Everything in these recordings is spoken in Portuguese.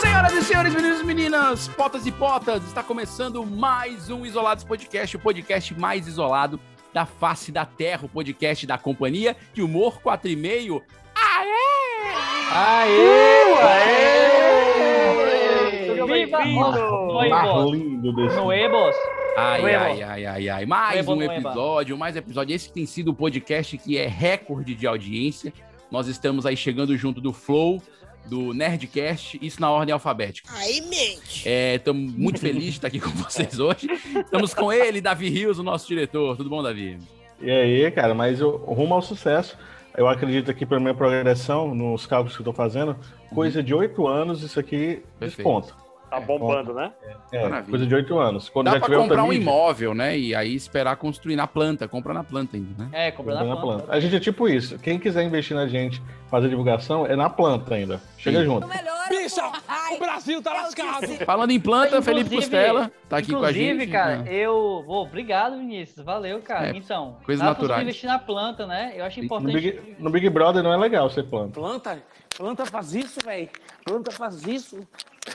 Senhoras e senhores, meninos e meninas, potas e potas, está começando mais um Isolados Podcast, o podcast mais isolado da face da terra, o podcast da companhia de humor 4,5. Aê! Aê! Seja Viva bem-vindo! Mais Noibos! Tá lindo desse. Noebos! Ai, Eba. ai, ai, ai, ai. Mais Eba, um não é, eba. episódio, mais episódio. Esse tem sido o podcast que é recorde de audiência. Nós estamos aí chegando junto do Flow, do Nerdcast, isso na ordem alfabética. Aí mente. Estamos muito felizes de estar aqui com vocês hoje. Estamos com ele, Davi Rios, o nosso diretor. Tudo bom, Davi? E aí, cara, mas eu, rumo ao sucesso. Eu acredito que pela minha progressão, nos cálculos que eu tô fazendo, coisa de oito anos, isso aqui Perfeito. desponta. Tá bombando, né? É, Maravilha. coisa de oito anos. Quando Dá já pra tiver comprar outra um mídia, imóvel, né? E aí esperar construir na planta. Compra na planta ainda, né? É, comprou compra na na planta. planta. A gente é tipo isso. Quem quiser investir na gente, fazer divulgação, é na planta ainda. Chega Sim. É junto. Bicha, o Brasil tá lascado. Falando em planta, Inclusive- Felipe Costela tá aqui com a gente. Inclusive, cara, né? eu. Vou, obrigado, Vinícius. Valeu, cara. É, então, coisas dá pra naturais. você investir na planta, né? Eu acho No importante. Big, no Big Brother não é legal ser planta. Planta, planta faz isso, velho. Planta faz isso.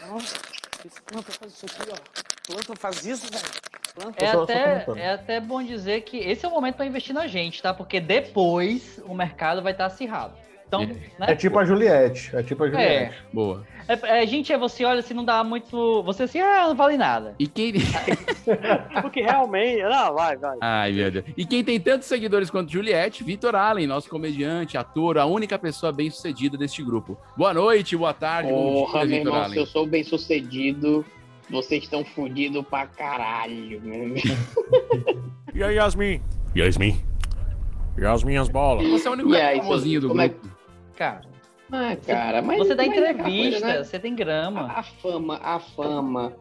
Nossa, esse planta faz isso aqui, ó. Planta faz isso, velho. Planta. É Eu só- só até, comentando. é até bom dizer que esse é o momento pra investir na gente, tá? Porque depois o mercado vai estar acirrado. Então, É. É né? tipo a Juliette. É tipo a Juliette. Boa. É, é, gente, é você olha assim, não dá muito. Você assim, ah, não vale nada. E quem... Porque realmente. Não, vai, vai. Ai, meu Deus. E quem tem tantos seguidores quanto Juliette, Vitor Allen, nosso comediante, ator, a única pessoa bem-sucedida deste grupo. Boa noite, boa tarde, bom Porra, um dia, meu Vitor irmão, se Allen. eu sou bem sucedido, vocês estão fudidos pra caralho, meu irmão. E aí, Yasmin? Yasmin? Yasmin, as bolas. Você é o único E cara aí, famosinho do como é- grupo. Cara, Ah, cara, mas. você dá mas é aquela entrevista, coisa, né? você tem grama. A, a fama, a fama,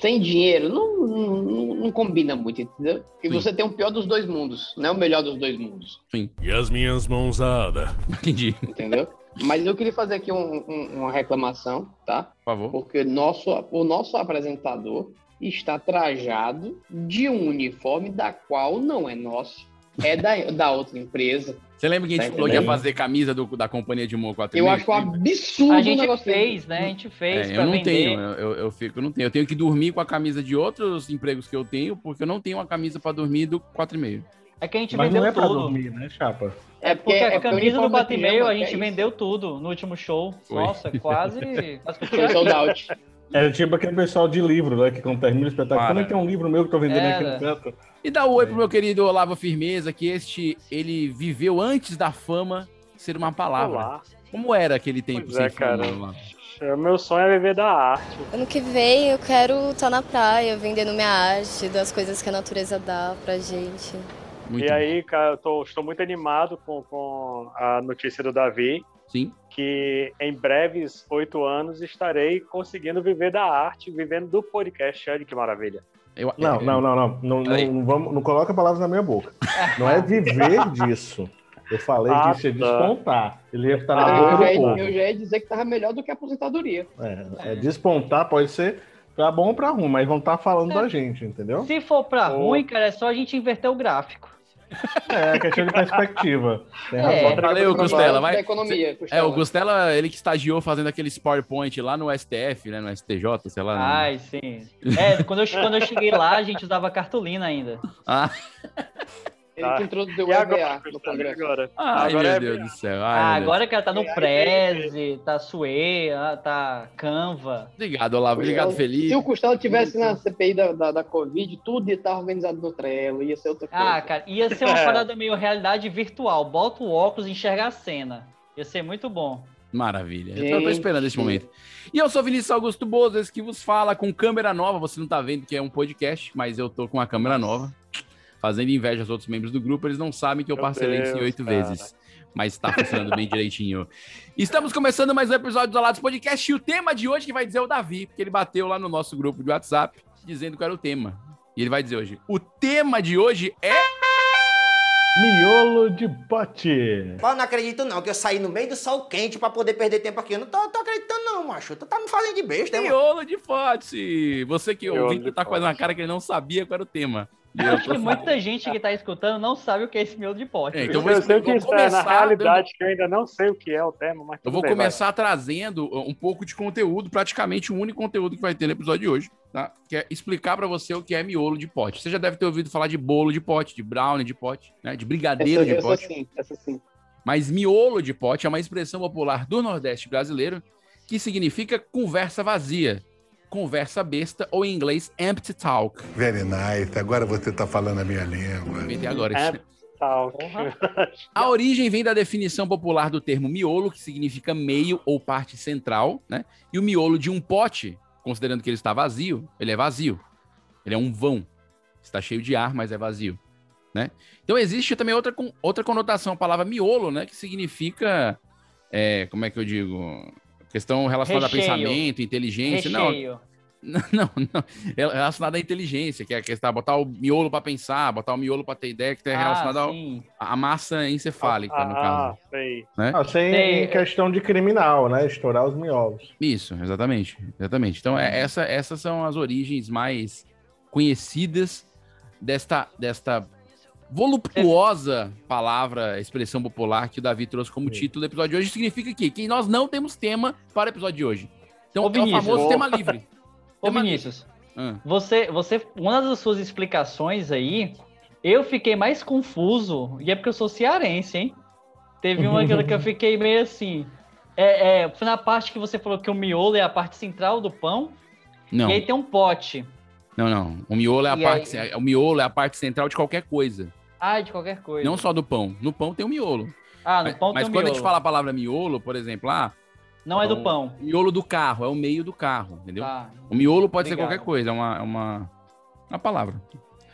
sem dinheiro, não, não, não- não combina muito, entendeu? Porque Sim. você tem o pior dos dois mundos, não é o melhor dos dois mundos, Yasmin, as mãozadas. Entendi, por entendeu? mas eu queria fazer aqui um- um- uma reclamação, tá? favor. Porque nosso, o nosso apresentador está trajado de um uniforme da qual não é nosso, é da, da outra empresa. Você lembra que a gente Tá falou que ia entendendo? fazer camisa do- da companhia de humor 4 Eu acho um absurdo A o gente negócio desse. fez, né? A gente fez. É, pra eu não vender. tenho, né? eu, eu- eu fico, eu não tenho. Eu tenho que dormir com a camisa de outros empregos que eu tenho, porque eu não tenho uma camisa pra dormir do 4,5. É que a gente Mas vendeu não é pra tudo. dormir, né, chapa? É Porque a camisa do bate Batman a gente vendeu tudo no último show. Foi. Nossa, quase. quase que eu Foi tinha- sold out. É tipo aquele pessoal de livro, né? Que quando termina o espetáculo, Para. também tem um livro meu que eu tô vendendo aqui Era. no canto. E dá um oi pro meu querido Olavo Firmeza, que este, ele viveu antes da fama ser uma palavra. Olá. Como era aquele tempo Pois é, cara. fama, Olavo? O meu sonho é viver da arte. Ano que vem eu quero estar na praia, vendendo minha arte, das coisas que a natureza dá pra gente. Muito e bom. aí, cara, eu tô- estou muito animado com, com a notícia do Davi, Sim. que em breves oito anos estarei conseguindo viver da arte, vivendo do podcast. Olha que maravilha. Eu, é, Não, eu- É. não, não, não. Não, Peraí. não, não vamos, não coloca palavras na minha boca. Não é viver disso. Eu falei Ah, disso, é tá. despontar. Ele ia estar na Ah, boca eu, já do ia, eu povo. já ia dizer que tava melhor do que a aposentadoria. É, é despontar pode ser pra bom ou pra ruim, mas vão estar falando É. da gente, entendeu? Se for pra Pô. ruim, cara, é só a gente inverter o gráfico. É, é questão de perspectiva. Tem É. razão. Valeu, Costela. Da Vai. economia, É, Costela. o Costela, ele que estagiou fazendo aqueles PowerPoint lá no STF, né? No STJ, sei lá. né? Ai, sim. É, quando eu, quando eu cheguei lá, a gente usava cartolina ainda. Ah, Ele que introduziu o E agora, EVA no Costela, e Congresso. agora? ai, Agora meu é Deus do céu. Ai, Ah, meu Deus. agora, cara, tá É, no Prezi, tá Sué, ah, tá Canva. Obrigado, Olavo. Obrigado, Eu- Se o Felipe. Costela tivesse na CPI da, da, da Covid, tudo ia estar organizado no Trello, ia ser outra coisa. Ah, cara, ia ser É. uma parada meio realidade virtual. Bota o óculos e enxerga a cena. Ia ser muito bom. Maravilha. Eu tô Gente. esperando esse momento. E eu sou Vinícius Augusto Bozo, esse que vos fala com câmera nova. Você não tá vendo que é um podcast, mas eu tô com uma câmera nova. Fazendo inveja aos outros membros do grupo, eles não sabem que eu Meu parcelei isso em Deus, oito cara. vezes. Mas tá funcionando bem direitinho. Estamos começando mais um episódio do Alados Podcast e o tema de hoje que vai dizer é o Davi, porque ele bateu lá no nosso grupo de WhatsApp dizendo qual era o tema. E ele vai dizer hoje: o tema de hoje é. Miolo de pote. Mas eu não acredito não, que eu saí no meio do sol quente pra poder perder tempo aqui. Eu não tô, tô acreditando não, macho. Tu tá me fazendo de besta, hein, mano? Miolo de pote. Você que Miolo ouviu de tá com pote. a cara que ele não sabia qual era o tema. E eu- Acho que muita gente que tá escutando não sabe o que é esse miolo de pote. É, Eu, então vou- sei o que vou está é na começar realidade, que eu ainda não sei o que é o tema, mas Eu tudo vou bem, vai. começar trazendo uh, um pouco de conteúdo, praticamente o único conteúdo que vai ter no episódio de hoje, tá? Que é explicar pra você o que é miolo de pote. Você já deve ter ouvido falar de bolo de pote, de brownie de pote, né? De brigadeiro Essa, de essa pote. sim, essa sim. Mas miolo de pote é uma expressão popular do Nordeste brasileiro que significa conversa vazia, conversa besta ou em inglês empty talk. Very nice. Agora você tá falando a minha língua. Inventei agora. É, isso. Tá, ok. Porra. A origem vem da definição popular do termo miolo, que significa meio ou parte central, né? E o miolo de um pote, considerando que ele está vazio, ele é vazio. Ele é um vão. Está cheio de ar, mas é vazio, né? Então existe também outra, con- outra conotação, a palavra miolo, né? Que significa, é, como é que eu digo? Questão relacionada Recheio. a pensamento, inteligência. Não, Recheio. não, não, não. É relacionada à inteligência, que é a questão botar o miolo para pensar, botar o miolo para ter ideia, que é relacionada ah, ao- sim. à massa encefálica, no caso. Ah, sei. Ah, sem Tem- questão de criminal, né? Estourar os miolos. Isso, exatamente, exatamente. Então é, essa, essas são as origens mais conhecidas desta, desta voluptuosa palavra, expressão popular que o Davi trouxe como título do episódio de hoje. Significa que, que nós não temos tema para o episódio de hoje. Então Ô, é o Vinícius. famoso tema livre. Ô, Vinícius, Ah, você, você, uma das suas explicações aí, eu fiquei mais confuso, e é porque eu sou cearense, hein? Teve uma que eu fiquei meio assim. É, é, foi na parte que você falou que o miolo é a parte central do pão, não, e aí tem um pote. não, não. O miolo é a E parte, aí? o miolo é a parte central de qualquer coisa, Ah, de qualquer coisa. não só do pão. No pão tem o miolo. Ah, no Mas, pão mas tem um quando a miolo. gente fala a palavra miolo, por exemplo, ah, Não é do pão. miolo do carro, é o meio do carro, entendeu? Tá. O miolo pode ser Obrigado. qualquer coisa, é uma, é uma, uma palavra.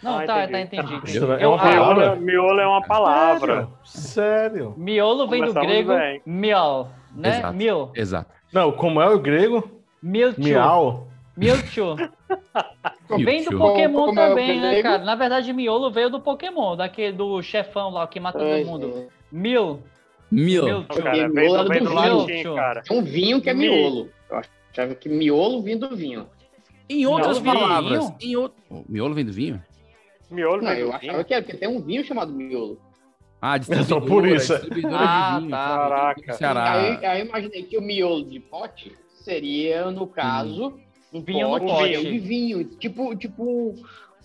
Não, Ah, tá, entendi. tá, entendi. Isso é Eu- uma ah, palavra. Miolo, miolo é uma palavra. Sério? Sério? miolo vem do Começamos grego bem. miol, né? Exato. Mil. Exato. Não, como é o grego? Mewtwo. Miau? Mewtwo. Vem do Mewtwo. Pokémon Como é o também, né, grego? cara? Na verdade, Miolo veio do Pokémon, daquele do chefão lá que mata Ai, é, todo mundo. gente. Mil. Mil. Não, Mewtwo. cara, Miolo vem do, era vem do do vinho. latim, cara. É um vinho que é Mi- miolo. Eu achava que miolo vinha do vinho. Em outras Miolo vem do palavras. vinho? Em o... o miolo vem do vinho? Miolo Não, vem eu do achava vinho. que era, porque tem um vinho chamado miolo. Ah, distribuidora. por isso. distribuidora Ah, de vinho. tá. Caraca. Ceará. Aí, aí eu imaginei que o miolo de pote seria, Hum. no caso, um Vinho no pote, pote. cheio de vinho. Tipo, tipo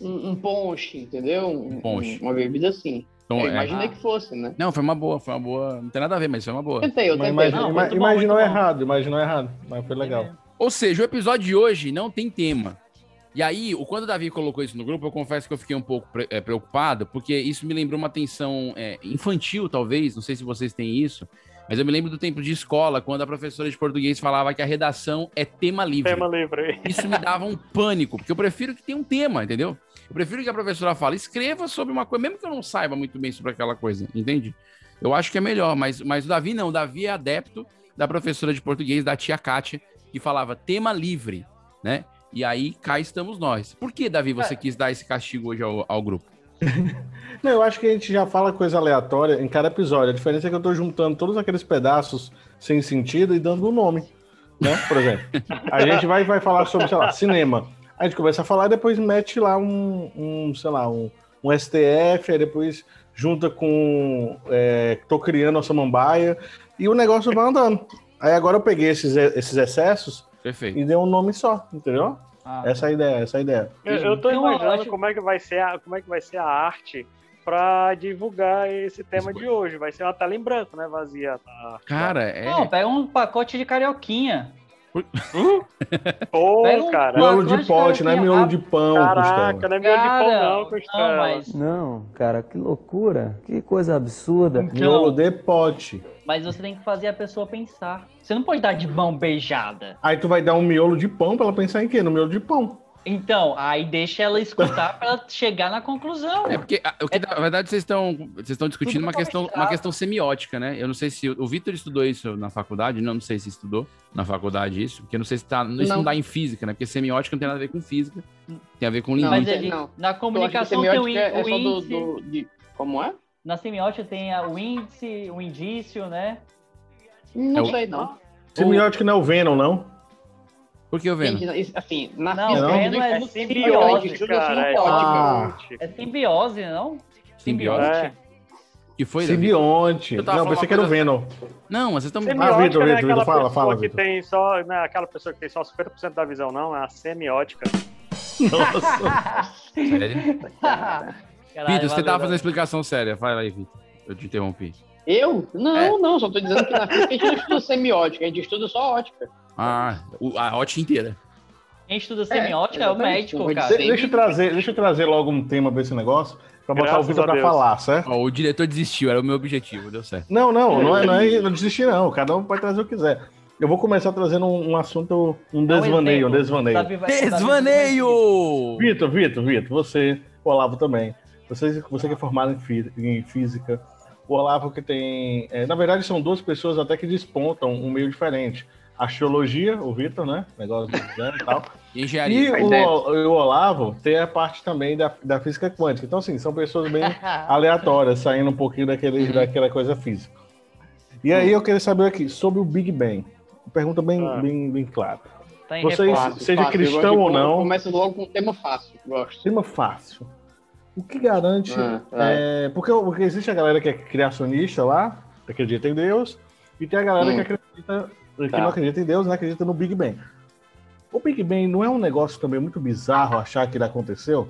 um, um, um ponche, entendeu? Um, ponche. Uma bebida assim. Então, eu é. imaginei Ah. que fosse, né? Não, foi uma boa, foi uma boa. Não tem nada a ver, mas foi uma boa. Tentei, eu Mas tentei. imagi- Não, ima- muito bom, imaginou muito bom. errado, imaginou errado. Mas foi legal. Ou seja, o episódio de hoje não tem tema. E aí, o- quando o Davi colocou isso no grupo, eu confesso que eu fiquei um pouco pre- eh, preocupado, porque isso me lembrou uma tensão eh, infantil, talvez, não sei se vocês têm isso, mas eu me lembro do tempo de escola, quando a professora de português falava que a redação é tema livre. Tema livre. Isso me dava um pânico, porque eu prefiro que tenha um tema, entendeu? Eu prefiro que a professora fale, escreva sobre uma coisa, mesmo que eu não saiba muito bem sobre aquela coisa, entende? Eu acho que é melhor, mas, mas o Davi não, o Davi é adepto da professora de português, da tia Kátia, que falava tema livre, né? E aí cá estamos nós. Por que, Davi, você quis dar esse castigo hoje ao, ao grupo? Não, eu acho que a gente já fala coisa aleatória em cada episódio. A diferença é que eu tô juntando todos aqueles pedaços sem sentido e dando um nome. Né? Por exemplo, a gente vai, vai falar sobre, sei lá, cinema. A gente começa a falar e depois mete lá um, um sei lá, um, um STF, aí depois junta com é, Tô Criando a Samambaia e o negócio vai andando. Aí agora eu peguei esses, esses excessos Perfeito. e dei um nome só, entendeu? Ah. Essa é a ideia, essa é a ideia. Eu, eu tô Então, eu imaginando acho- como, é que vai ser a, como é que vai ser a arte pra divulgar esse tema de hoje. Vai ser uma tela em branco, né? Vazia. Tá? Cara, é. Não, pega um pacote de carioquinha. Pô, Pega um- cara. Não, Miolo eu de acho pote, não é que eu miolo ia- de pão, Caraca, Caraca. não é miolo de pão, Cara, não, Costela. não, mas, Não, cara, que loucura. Que coisa absurda. Miolo de pote. então, mas você tem que fazer a pessoa pensar. Você não pode dar de mão beijada. Aí tu vai dar um miolo de pão pra ela pensar em quê? No miolo de pão. Então, aí deixa ela escutar pra ela chegar na conclusão. É porque, a- o que, na verdade, vocês estão vocês estão discutindo uma questão, uma questão semiótica, né? Eu não sei se o o Vitor estudou isso na faculdade, não, não sei se estudou na faculdade isso, porque eu não sei se tá, isso não. Não. dá em física, né? Porque semiótica não tem nada a ver com física, tem a ver com Não, Mas linguística. ele, não. na comunicação Eu acho tem o, que in, semiótica é o só é do- índice. do- de- Como é? Na semiótica tem a- o índice, o indício, né? É Não o- sei, não. Semiótica não é o Venom, não? Por que eu vendo? Gente, Assim, na Não, física, não. tudo É tudo simbiose, tudo cara, é simbiótica. simbiótica. É simbiose, não? Simbiose. É. Que foi, Davi? Simbionte. é, Eu tava Não, pensei que era o falando uma Venom. Não, mas vocês estão... Ah, Semiótica Vitor, não é Vitor, aquela Vitor, fala, pessoa fala, que Vitor. tem só, não é aquela pessoa que tem só 50% da visão, não, é a semiótica. Nossa. Ah, Sério? Ah. Caralho, Vitor, você valeu, tava fazendo a explicação séria. Fala aí, Vitor. Eu te interrompi. Eu? Não, É. não, só tô dizendo que na física a gente não estuda semiótica, a gente estuda só ótica. Ah, o- a ótica inteira. Quem estuda semiótica é, o exatamente, um médico, não vou cara. assim. De- deixa, eu trazer, deixa eu trazer logo um tema pra esse negócio, pra botar o Graças Vitor a pra Deus. falar, certo? Ó, o diretor desistiu, era o meu objetivo, deu certo. Não, não, não é, não é não desistir, não. Cada um pode trazer o que quiser. Eu vou começar trazendo um, um assunto, um Dá um desvaneio, um exemplo. desvaneio. Davi vai- Davi vai- Desvaneio! Vitor, Vitor, Vitor, você, o Olavo também. Você, você que é formado em, fí- em física, o Olavo que tem. é, na verdade, são duas pessoas até que despontam um meio diferente. Astrologia, o Vitor, né? Negócio do né, e tal. E Engenharia. o, o Olavo tem a parte também da, da física quântica. Então, assim, são pessoas bem Ah, aleatórias, saindo um pouquinho daquele, daquela coisa física. E aí eu queria saber aqui, sobre o Big Bang. Pergunta bem, Ah. bem, bem clara. Tá em Vocês- reforma. Fácil, seja fácil. Eu cristão gosto de- ou não. Começa logo com um tema fácil, gosto. Tema fácil. O que garante Ah, É, porque, porque existe a galera que é criacionista lá, que acredita em Deus, e tem a galera Hum. que, acredita, que Tá. não acredita em Deus, não acredita no Big Bang. O Big Bang não é um negócio também muito bizarro achar que ele aconteceu?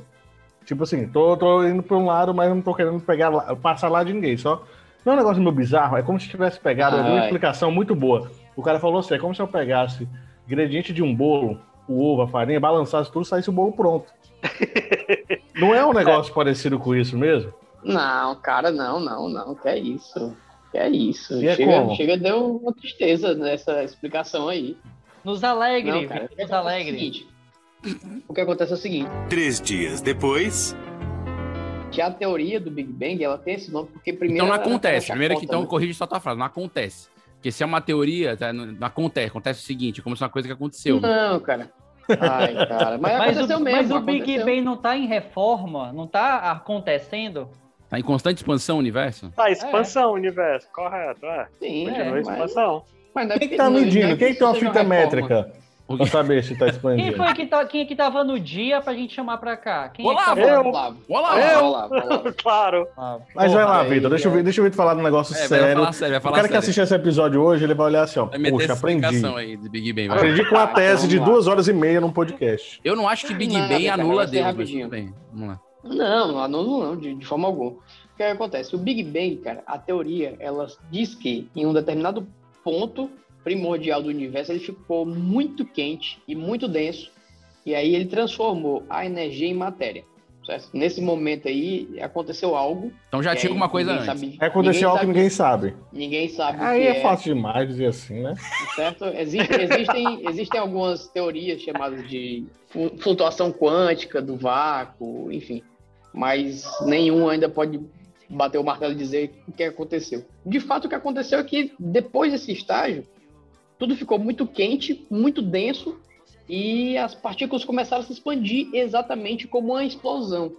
Tipo assim, tô, tô indo pra um lado, mas não tô querendo pegar, lá- passar lá de ninguém, só. Não é um negócio meio bizarro, é como se tivesse pegado alguma Ai. explicação muito boa. O cara falou assim, é como se eu pegasse ingrediente de um bolo, o ovo, a farinha, balançasse tudo, saísse o bolo pronto. não é um negócio parecido com isso mesmo? Não, cara, não, não, não. Que é isso? Que é isso? E é chega, como? chega, deu uma tristeza nessa explicação aí. Nos alegre, Não, cara, o que nos acontece é o alegre. seguinte. O que acontece é o seguinte. Três dias depois. que a teoria do Big Bang ela tem esse nome porque primeiro Então não ela- acontece. ela Primeiro que chacota, então né? corrige só tua frase, não acontece. Porque se é uma teoria, tá? não, não acontece. Acontece o seguinte, é como se uma coisa que aconteceu. não cara ai cara mas, Mas o, aconteceu mesmo mas o Big aconteceu. Bang não tá em reforma? Não tá acontecendo? Tá em constante expansão o universo? É. Tá, expansão, universo, correto, é. sim é, Continua a mas, expansão. mas não é Quem que porque- tá não é medindo? Quem que tem uma preciso fita de uma reforma. métrica? O Pra que- saber se tá Quem expandindo. foi que, tá, quem que tava no dia pra gente chamar pra cá? Quem Olá, é que Olá, tava... Olavo. Olá! Olá, Olavo, Olavo. Claro. Ah, Mas vai lá, Porra, Vitor, deixa, eu aí, ver- deixa eu Vitor falar de um negócio É, vai sério. falar sério, vai O falar cara que sério. assistir esse episódio hoje, ele vai olhar assim, ó, Vai meter poxa, essa aprendi. explicação aí do Big Bang. vai. Aprendi com a Tá, tese então de vamos lá. duas horas e meia num podcast. Eu não acho que Big Nada, Bang cara, anula vai ser Deus, mas rapidinho. tudo bem. Vamos lá. Não, não, não, não, de, de forma alguma. O que acontece? O Big Bang, cara, a teoria, ela diz que em um determinado ponto primordial do universo, ele ficou muito quente e muito denso, e aí ele transformou a energia em matéria. certo? Nesse momento aí, aconteceu algo. Então já que tinha aí alguma coisa É, ninguém antes. sabe- Aí aconteceu algo que sabe- ninguém sabe. Ninguém sabe o Aí que é fácil demais dizer assim, né? certo? Existe- existem, existem algumas teorias chamadas de fu- flutuação quântica do vácuo, enfim, mas nenhum ainda pode bater o martelo e dizer o que aconteceu. De fato, o que aconteceu é que depois desse estágio, tudo ficou muito quente, muito denso e as partículas começaram a se expandir exatamente como uma explosão.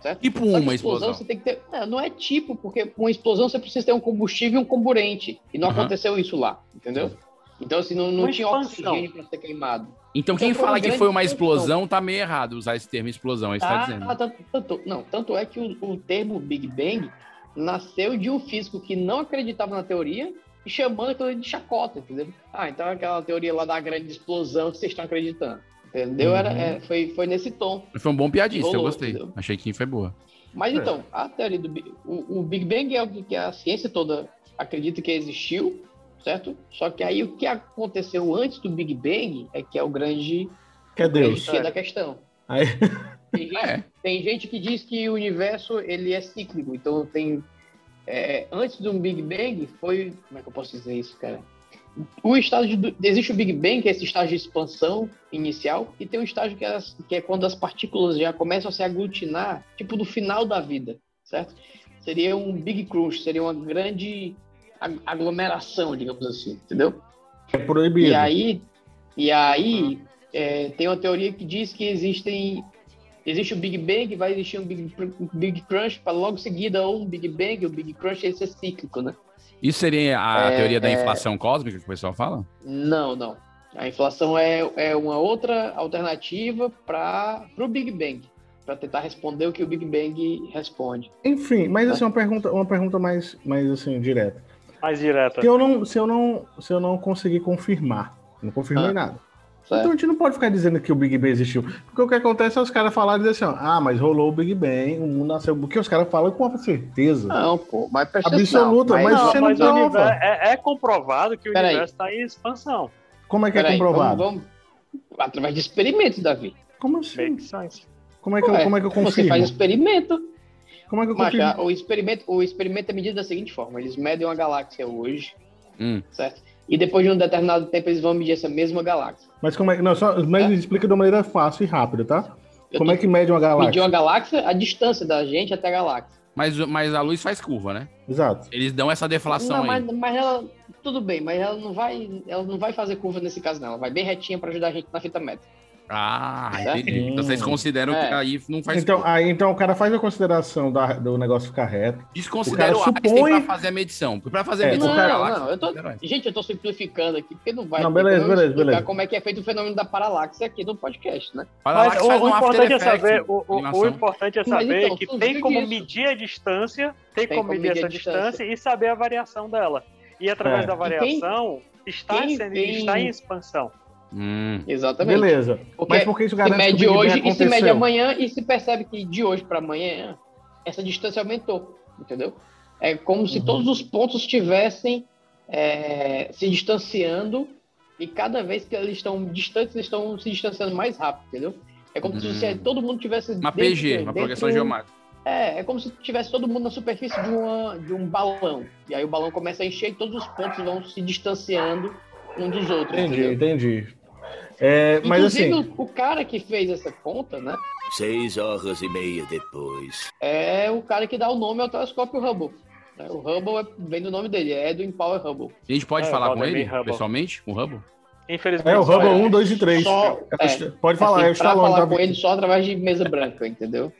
Certo? Tipo Só que uma explosão. Você tem que ter... Não, não é tipo, porque uma explosão você precisa ter um combustível e um comburente. E não Aham. aconteceu isso lá, entendeu? Então, assim, não, não Uma tinha expansão. oxigênio para ser queimado. Então quem Então foi uma fala que grande foi uma expansão. explosão tá meio errado usar esse termo explosão, é isso que tá Tá, dizendo. tá, tanto, tanto- não, tanto é que o, o termo Big Bang nasceu de um físico que não acreditava na teoria e chamando a teoria de chacota, entendeu? Ah, então é aquela teoria lá da grande explosão que vocês estão acreditando. Entendeu? Uhum. Era, é, foi, foi nesse tom. Foi um bom piadista, eu Rolou, gostei. entendeu? Achei que foi boa. Mas então, a teoria do Bi- o, o Big Bang é o que a ciência toda acredita que existiu, certo? Só que aí o que aconteceu antes do Big Bang é que é o grande Que é Deus. quê da questão. Aí- Tem, gente, É. tem gente que diz que o universo ele é cíclico, então tem é, antes do Big Bang foi como é que eu posso dizer isso, cara? O estágio do- existe o Big Bang, que é esse estágio de expansão inicial, e tem um estágio que, elas- que é quando as partículas já começam a se aglutinar, tipo do final da vida, certo? Seria um Big Crunch, seria uma grande ag- aglomeração, digamos assim, entendeu? É proibido. E aí, e aí é, tem uma teoria que diz que existem. Existe o Big Bang, vai existir um Big, um Big Crunch para logo seguida ou um Big Bang, o Big Crunch esse é cíclico, né? Isso seria a É, teoria da é. inflação cósmica que o pessoal fala? Não, não. A inflação é, é uma outra alternativa para o Big Bang, para tentar responder o que o Big Bang responde. Enfim, mas assim, uma pergunta, uma pergunta mais, mais assim, direta. Mais direta. Se eu não, se eu não, se eu não conseguir confirmar, não confirmei Ah, nada. É. Então a gente não pode ficar dizendo que o Big Bang existiu. Porque o que acontece é os caras falarem e dizer assim, ó, ah, mas rolou o Big Bang, o mundo nasceu. Porque os caras falam com certeza. Não, pô, mas presta atenção, Absoluta, mas, você não mas o prova. universo- é, é comprovado que o Peraí. universo está em expansão. Como é que é Peraí, comprovado? vamos- vamos- Através de experimentos, Davi. Como assim? Como é que, Ué, eu, como é que eu Você faz confirmo? experimento. Como é que eu Macho, confirmo? o experimento, o experimento é medido da seguinte forma: eles medem uma galáxia hoje, Hum. certo? E depois de um determinado tempo eles vão medir essa mesma galáxia. Mas como é que. Não, só, mas explica de uma maneira fácil e rápida, tá? Eu Como é tô- que mede uma Medir galáxia? uma galáxia, a distância da gente até a galáxia. Mas, mas a luz faz curva, né? Exato. Eles dão essa deflação não, aí. mas, mas ela, tudo bem, mas ela não vai, ela não vai fazer curva nesse caso, não. Ela vai bem retinha para ajudar a gente na fita métrica. Ah, É? entendi. Então vocês consideram que É. aí não faz Então, aí, então o cara faz a consideração da- do negócio ficar reto. Desconsidera o o cara Einstein supõe- pra fazer a medição. Porque pra fazer a É, medição o não, da cara- galáxia, não, eu tô, considera o Einstein. gente, eu tô simplificando aqui, porque não vai Não, ter como beleza, eu beleza, explicar beleza. como é que é feito o fenômeno da paralaxe aqui no podcast, né? Paralaxe Mas o, faz o um After importante é Effects, saber, o, o- animação. o importante é Mas saber então, que tudo tem bem como disso. medir a distância, tem, como medir essa a distância. distância. e saber a variação dela. E através É. da E variação está, quem sendo- tem- está em expansão. Hum. Exatamente. Beleza. Porque Mas por que isso se garante que o mede Big Bang hoje e se mede aconteceu? amanhã e se percebe que de hoje para amanhã essa distância aumentou, entendeu? É como Uhum. se todos os pontos estivessem é, se distanciando e cada vez que eles estão distantes, eles estão se distanciando mais rápido, entendeu? É como Hum. se se todo mundo tivesse Uma dentro- PG, uma dentro- um progressão geomátrica. É, é como se tivesse todo mundo na superfície de, uma, de um balão. E aí o balão começa a encher e todos os pontos vão se distanciando um dos outros. Entendi, entendeu? entendi. É, mas Inclusive, assim, o o cara que fez essa conta, né? Seis horas e meia depois. É o cara que dá o nome ao telescópio Hubble. né? O Hubble é- vem do nome dele, é Edwin Power Hubble. A gente pode É, falar com Valdemir ele Hubble. pessoalmente? Com o Hubble? Infelizmente. é o só Hubble 1, 2 e 3. Só- é, Pode falar, assim, é o pra Stallone. tá? falar com ele só através de mesa branca, entendeu?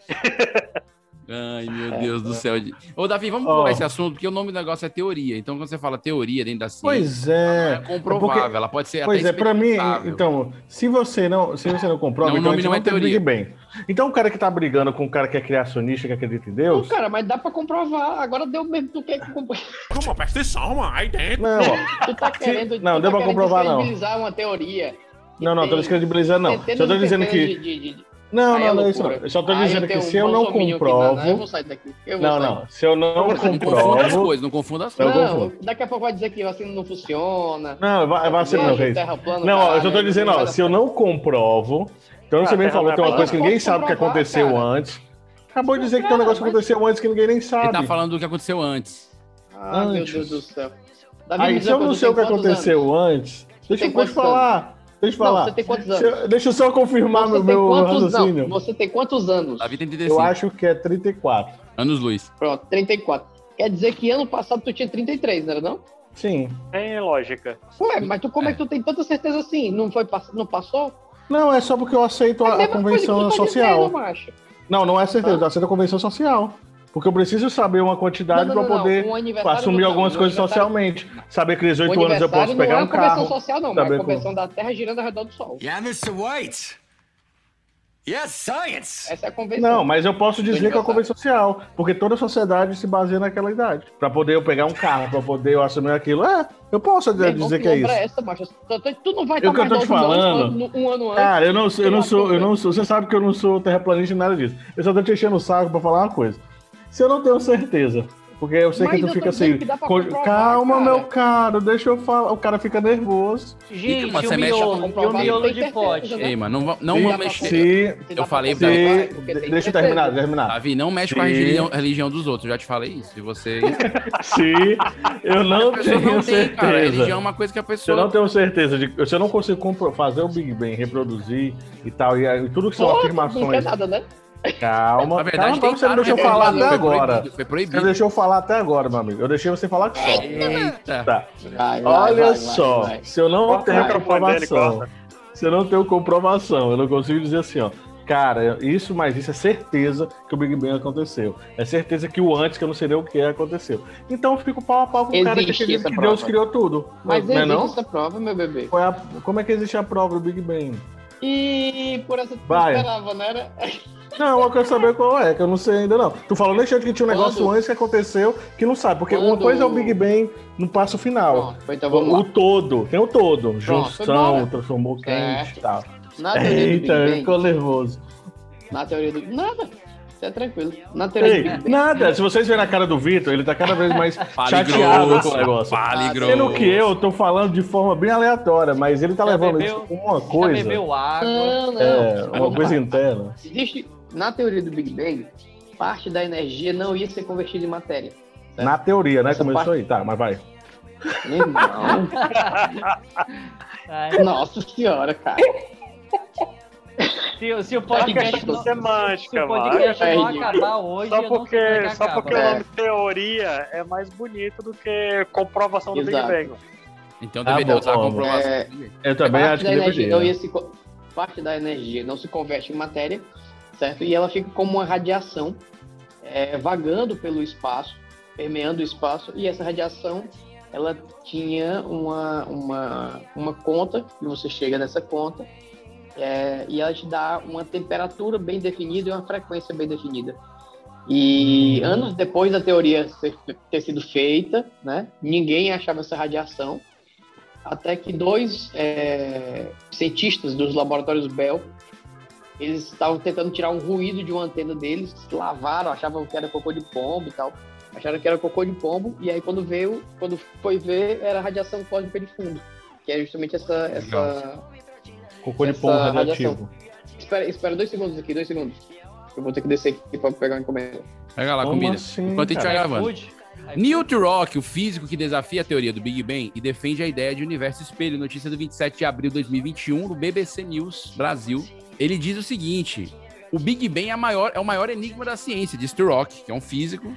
Ai, É, meu Deus do céu. Ô, Davi, vamos Ó. pular esse assunto, porque o nome do negócio é teoria. Então, quando você fala teoria dentro da ciência, Pois ela é. Ah, não é comprovável. Ela pode ser Pois até é, pra mim, experimentável. então, se você não, se você não comprova, Não, o então a nome gente não não é tem teoria. Big Bang. Então o cara que tá brigando com o cara que é criacionista, que acredita em Não, Deus. Então, cara, mas dá pra comprovar. Agora deu mesmo. Tu quer que compre- Come on, presta atenção, mano. Aí dentro. Não, ó, Tu tá querendo. não, tu deu tá pra querendo comprovar, não. descredibilizar uma teoria. que não, não, tô tem descredibilizando, não. centenas Só tô e dizendo centenas que. um de- de- de- Não, Aí é não, não, isso não. loucura. Eu só tô Aí eu dizendo que tenho um se eu não bolsominion aqui, não, não, Eu comprovo. vou sair daqui. Eu vou Não, sair. não. Se eu não Não confunda as comprovo. coisas, não confunda as Eu coisas. Não, confundo. daqui a pouco vai dizer que vacina não funciona. Não, vai, vai ser Viagem, meu rei. terra plana, Não, ó, eu só tô caralho, né? dizendo, ó, vai se eu não comprovo, então Ah, você bem terra falou que é uma plana. coisa que ninguém sabe que Comprovar, aconteceu cara. antes. Acabou de dizer que tem um negócio que mas- aconteceu antes que ninguém nem sabe. Ele tá falando do que aconteceu antes. Ah, meu Antes. Deus do céu. Davi, me Aí, diz se eu uma não coisa, sei o que tem quantos aconteceu anos? antes, deixa, tem eu- deixa eu quantos falar. Deixa eu Não, falar. você tem quantos Se anos? eu- deixa eu só confirmar Você meu, tem meu quantos raciocínio. não, Você tem quantos anos? Davi tem Eu 35. acho que é 34. Anos luz. Pronto, 34. Quer dizer que ano passado tu tinha 33, não era não? Sim. Tem lógica. Ué, mas tu, como é. que tu tem tanta certeza assim? Não, foi, pass- não passou? Não, é só porque eu aceito a, a mesma coisa que tu convenção tá social. dizendo, macho. não, não é certeza, eu aceito a convenção social. Porque eu preciso saber uma Não, quantidade não, para não, não. Tá poder Um aniversário assumir não, algumas um coisas aniversário- socialmente. Saber que 18 um anos eu posso aniversário não pegar é um uma convenção carro. social, não, mas é saber a convenção da Terra girando ao redor do Sol. Yeah, Mr. White! Yeah, science! Essa é a convenção. Não, mas eu posso dizer que é uma aniversário. convenção social, porque toda a sociedade se baseia naquela idade. Para poder eu pegar um carro, para poder eu assumir aquilo. É, eu posso Meu dizer, irmão, um que é isso. lombra essa, macho. Tu- tu- Tu não vai Eu que eu tô te falando. Um ano, um ano antes. Cara, eu não, sou- eu não sou, eu não sou. Você sabe que eu não sou terraplanista nem nada disso. Eu só tô te enchendo o saco pra falar uma coisa. Se eu não tenho certeza Porque eu sei Mas que eu tu tô fica dizendo assim. que dá pra co- comprovar, Calma, cara." meu caro, deixa eu falar. O cara fica nervoso. Gente, Fica, mas o você mexe- miolo, e o miolo de pote? Ei, mano, não, va- não Sim. vamos mexer. Sim. eu falei pra Sim. Deixa eu terminar, terminar. Davi, não mexe com a Sim. religião, religião dos outros. Eu já te falei isso. E você. Sim, eu não A pessoa tenho não tem, certeza. cara. Religião é uma coisa que a Eu pessoa. não tenho certeza de. Se eu não consigo compro- fazer o Big Bang, reproduzir e tal, e, aí tudo que são Porra, Não quer afirmações. nada, né? Calma, Na calma, verdade, você não tentaram deixou eu falar até reproduzir, foi agora. proibido, foi proibido. Você não deixou eu falar até agora, meu amigo. Eu deixei você falar só. Eita. Tá. Vai, vai, Olha vai, só, vai, vai. se eu não Corta o tenho microfone dele, comprovação, corta. se eu não tenho comprovação, eu não consigo dizer assim, ó. Cara, isso, mas isso é certeza que o Big Bang aconteceu. É certeza que o antes, que eu não sei nem o que é, aconteceu. Então eu fico pau a pau com o cara que Existe acredita essa que prova. Deus criou tudo. Mas não é existe não? essa prova, meu bebê. Qual é a- como é que existe a prova do Big Bang? E por essa tu não Vai. esperava, né? Era- Não, eu quero saber qual é, que eu não sei ainda não. Tu falou nesse outro que tinha um negócio Quando- antes que aconteceu, que não sabe, porque uma Quando- coisa é o Big Bang no passo final. Pronto, então vamos lá. o todo, tem o todo. Junção, bora. transformou quente e tal. Na teoria é do Eita, Big Bang- ficou nervoso. Na teoria do. Nada. Isso é tranquilo. Na teoria Ei, do Big Bang- nada, se vocês verem a cara do Vitor, ele tá cada vez mais Fale chateado grosso, com o negócio. fale Sendo grosso. que eu tô falando de forma bem aleatória, mas ele tá levando bebeu? isso como uma Já coisa. bebeu um água. Não, não. É, Vamos uma lá. coisa interna. Existe, na teoria do Big Bang, parte da energia não ia ser convertida em matéria. Na teoria, né? Essa Começou parte- aí, tá, mas vai. Não. Nossa senhora, cara. É, Se, se o podcast não, se o podcast não acabar hoje, eu é não sei só porque, quando é que só acaba. porque o nome teoria é mais bonito do que comprovação do Exato. Big Bang. Então Tá deveria bom. usar a comprovação. É, Eu também parte acho da que né? energia deveria. não ia se co- parte da energia não se converte em matéria, certo? E ela fica como uma radiação é, vagando pelo espaço, permeando o espaço, e essa radiação ela tinha uma, uma, uma conta, e você chega nessa conta, é, e ela te dá uma temperatura bem definida e uma frequência bem definida. E anos depois da teoria ser- ter sido feita, né, ninguém achava essa radiação, até que dois é, cientistas dos laboratórios Bell eles estavam tentando tirar um ruído de uma antena deles, lavaram, achavam que era cocô de pombo e tal, acharam que era cocô de pombo e aí quando veio, quando foi ver era radiação cósmica de fundo, que é justamente essa, essa Cocô de essa pombo radiação. radioativo. Espera, espera dois segundos aqui, dois segundos. Eu vou ter que descer aqui pra pegar uma encomenda. Pega lá a Como comida. assim, Enquanto a gente vai cara? gravando. iFood? Neil Rock, o físico que desafia a teoria do Big Bang e defende a ideia de universo espelho, notícia do 27 de abril de 2021, no BBC News Brasil. Ele diz o seguinte: o Big Bang é, a maior- é o maior enigma da ciência, diz Neil Rock, que é um físico.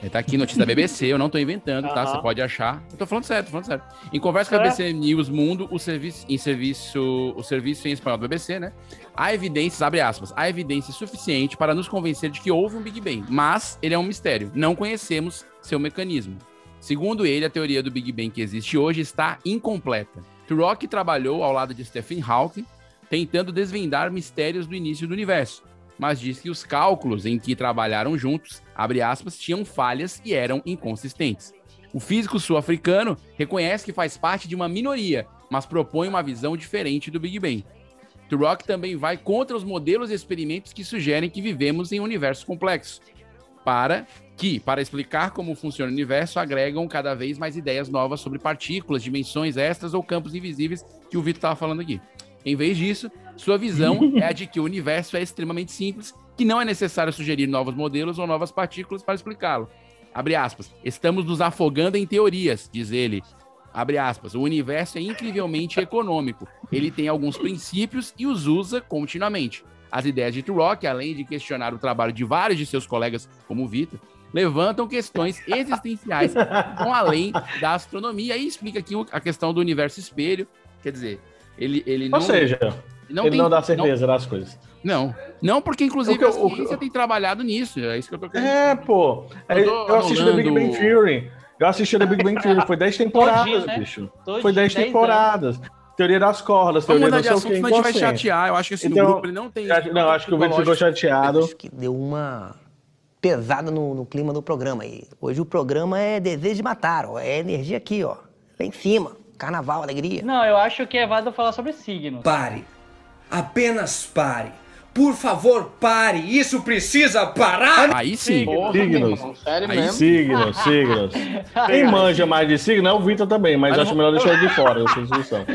Ele tá aqui, notícia da BBC, eu não tô inventando, tá? Aham. Você pode achar. Eu tô falando sério, tô falando sério. Em conversa com a É. BBC News Mundo, o serviço, em serviço, o serviço em espanhol do BBC, né? Há evidências, abre aspas, há evidência suficiente para nos convencer de que houve um Big Bang, mas ele é um mistério. Não conhecemos seu mecanismo. Segundo ele, a teoria do Big Bang que existe hoje está incompleta. Turok trabalhou ao lado de Stephen Hawking, tentando desvendar mistérios do início do universo, mas diz que os cálculos em que trabalharam juntos, abre aspas, tinham falhas e eram inconsistentes. O físico sul-africano reconhece que faz parte de uma minoria, mas propõe uma visão diferente do Big Bang. Turok também vai contra os modelos e experimentos que sugerem que vivemos em um universo complexo, para que, para explicar como funciona o universo, agregam cada vez mais ideias novas sobre partículas, dimensões extras ou campos invisíveis que o Vitor estava falando aqui. Em vez disso, sua visão é a de que o universo é extremamente simples, que não é necessário sugerir novos modelos ou novas partículas para explicá-lo. Abre aspas. Estamos nos afogando em teorias, diz ele. Abre aspas. O universo é incrivelmente econômico. Ele tem alguns princípios e os usa continuamente. As ideias de Turok, além de questionar o trabalho de vários de seus colegas, como o Vitor, levantam questões existenciais que vão além da astronomia. Aí explica aqui o- a questão do universo espelho. Quer dizer, ele, ele não. Ou seja, não ele tem- não dá não- certeza das coisas. Não. Não, porque inclusive O que eu- a ciência tem trabalhado nisso. É isso que eu tô querendo. É, pô. Eu Eu, tô assisti The Big anulando- Bang Theory. Eu assisti The Big Bang Theory. Foi 10 temporadas, Todinho, né? bicho. Todinho, Foi dez 10 né? temporadas. Teoria das cordas, Vamos teoria mudar não de sei o assunto, que. senão a gente vai chatear. Eu acho que assim, no grupo ele não tem. Não, Então, acho que o Vitor ficou chateado. que deu uma pesada no, no clima do programa. E hoje o programa é desejo de matar, ó. É energia aqui, ó. Lá em cima. Carnaval, alegria. Não, eu acho que é válido falar sobre signos. Pare. Apenas pare. Por favor, pare! Isso precisa parar! Aí sim. signos. Aí É mesmo? Signos, signos. Quem manja mais de signo é o Vitor também, mas, acho melhor deixar ele de fora essa discussão.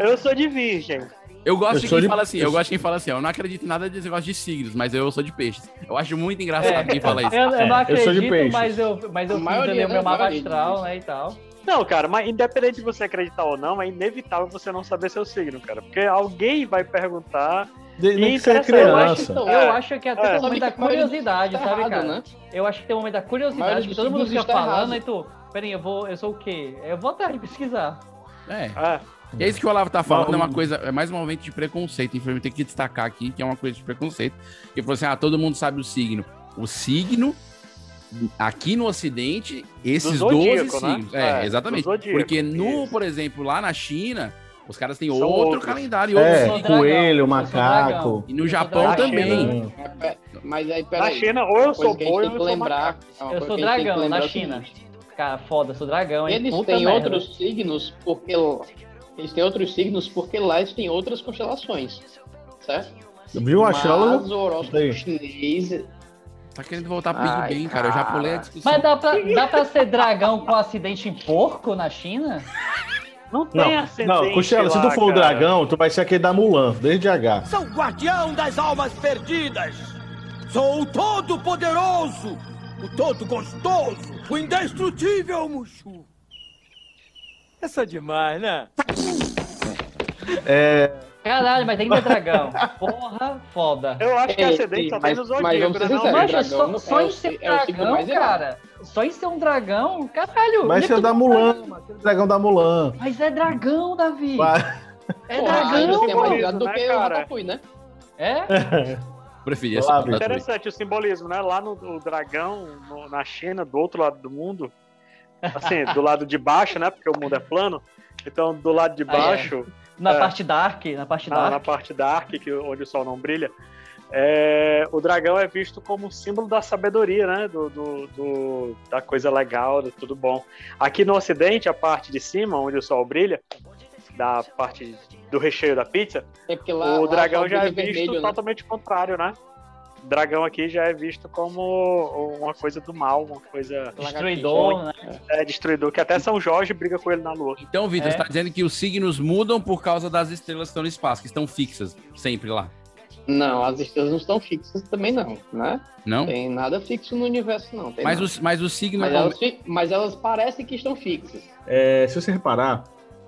Eu sou de virgem. Eu gosto Eu de sou quem de- fala assim, eu gosto de quem fala assim, ó, eu não acredito em nada desse negócio de signos, mas eu sou de peixes. Eu acho muito É. engraçado quem fala isso. Eu, eu não sou de acredito, peixes. mas eu, mas eu A fiz maioria, entender o né? meu A mapa maioria astral, diz. né, e tal. Não, cara, mas independente de você acreditar ou não, é inevitável você não saber seu signo, cara. Porque alguém vai perguntar. De- nem que você é interessa- criança. Eu É. acho que até tem um momento da curiosidade, tá sabe, cara? né? Eu acho que tem um momento da A maioria curiosidade, que dos todo mundo signos fica está falando, errado. e tu, peraí, eu vou, eu sou o quê? Eu vou atrás de pesquisar. É. ah, E é isso que o Olavo tá falando, é uma coisa, é mais um momento de preconceito. então Infelizmente, tem que destacar aqui que é uma coisa de preconceito. Que falou assim: ah, todo mundo sabe o signo. O signo, aqui no Ocidente, esses Do zodíaco, 12 né? signos. É, É, exatamente. do zodíaco, Porque no, por exemplo, lá na China, os caras têm São outro outros. calendário. É, outro signo. coelho, macaco. E no Japão Na também. China. É, Mas aí, peraí. Na China, ou eu Uma coisa sou que a gente boi tem ou que eu sou lembrar. macaco. uma eu coisa sou que a gente tem que dragão na lembrar é o China. seguinte, Cara, foda, sou dragão, hein? Eles Puta têm merda. outros signos porque lá- eles têm outros signos porque lá eles têm outras constelações, certo? Viu, astrólogo? Mas o horóscopo Daí. chinês É Tá querendo voltar pro Big Bang, cara. Eu já pulei a discussão. Mas dá pra, dá pra ser dragão com acidente em porco na China? Não Não, não, Cochelo, se tu for o dragão, tu vai ser aquele da Mulan, desde H. Sou o guardião das almas perdidas. Sou o todo poderoso, o todo gostoso, o indestrutível Mushu. Essa é demais, né? É, Caralho, mas tem que ter dragão. Porra, foda. Eu acho que Ei, acidente só ei, tem mas- no mas zodíaco, vamos ser né? Não, sinceros, mas dragão só- não só é o em si- ser é o signo dragão, mais errado. cara. Só em ser um dragão, caralho. vai muito ser da bom. Mulan, aquele dragão da Mulan. Mas é dragão, Davi. Vai. É Porra, dragão, tem mais pô. ligado do né, que o cara? Ratatouille, né? É? Preferia ser Olá, Ratatouille. é Interessante o simbolismo, né? Lá no o dragão, no- na China, do outro lado do mundo, assim, do lado de baixo, né? Porque o mundo é plano. Então, do lado de Ah, é. baixo, Na É. parte dark, na parte na, dark. na parte dark, que, onde o sol não brilha, é, o dragão é visto como um símbolo da sabedoria, né? Do, do- do- da coisa legal, do tudo bom. Aqui no Ocidente, a parte de cima, onde o sol brilha, da parte do recheio da pizza, É porque lá, o lá dragão só já é visto brilha vermelho, né? totalmente contrário, né? O dragão aqui já é visto como uma coisa do mal, uma coisa. Destruidor, né? É, destruidor, que até São Jorge briga com ele na lua. Então, Vitor, É. você tá dizendo que os signos mudam por causa das estrelas que estão no espaço, que estão fixas, sempre lá. Não, as estrelas não estão fixas também não, né? Não? Tem nada fixo no universo não. tem Mas não. o, mas o signo. Mas é o- elas, fi- mas elas parecem que estão fixas. É, se você reparar,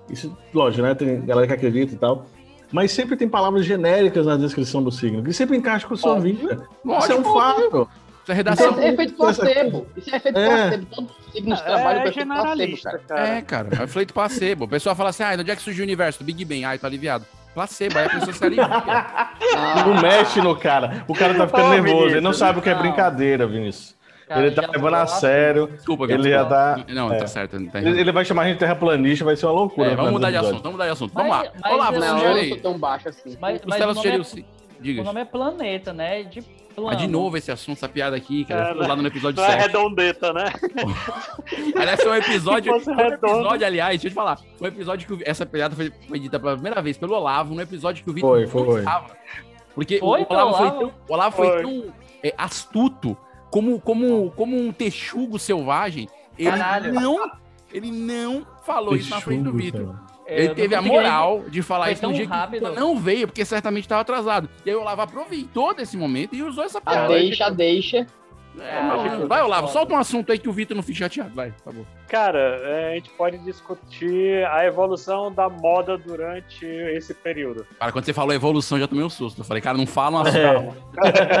isso, lógico, né? Tem galera que acredita e tal. Mas sempre tem palavras genéricas na descrição do signo, que sempre encaixa com a sua vida. Isso é um Lógico. fato. Isso é Isso é efeito placebo. Isso é efeito É. placebo. tipo Todos os signos É trabalham com efeito placebo, generalista, cara. É, cara, é efeito placebo. A pessoa fala assim: ah, de onde é que surgiu o universo? Do Big Bang. Ah, eu tô aliviado. Placebo, aí a pessoa se alivia. Não mexe no cara. O cara tá ficando Ô, nervoso. Ele Vinícius, não sabe o que é não. brincadeira, Vinícius. Cara, ele tá já levando a tô- sério. Desculpa, Vinícius. Ele já tá. Não, é. tá certo. Não tá Ele, ele vai chamar a gente de terraplanista, vai ser uma loucura. É, vamos no mudar de episódio. assunto, vamos mudar de assunto. Mas- Vamos lá. mas Olá, eu- você Não, eu sugere não aí. Tão baixo assim. Mas, mas Costela o, nome sugeriu é, sim. Diga. o nome é planeta, né? De plano. Ah, de novo esse assunto, essa piada aqui, cara. Foi lá no episódio não é 7. redondeta, né? Aliás, foi um episódio. Se fosse foi um redondo. episódio, aliás, deixa eu te falar. Foi um episódio que. o- Essa piada foi, foi dita pela primeira vez pelo Olavo, no episódio que o Vitor Foi, foi, não foi. estava. Porque Foi, então o Olavo pelo foi Olavo? tão, o Olavo foi Foi. tão, é, astuto, como, como, como um texugo selvagem. Ele Caralho. não. Ele não falou isso na tá frente do Texugo Vitor. selvagem. É, eu Ele não teve a consegui moral ainda. de falar Foi isso no tão dia rápido. que o Vitor não veio, porque certamente estava atrasado. E aí o Olavo aproveitou desse momento e usou Ah, essa A piada. Ah, deixa, a deixa. É, imagina. Vai, Olavo, solta um assunto aí que o Vitor não fica chateado. Vai, por favor. Cara, é, a gente pode discutir a evolução da moda durante esse período. Cara, quando você falou evolução, eu já tomei um susto. Eu falei, cara, não fala um assunto.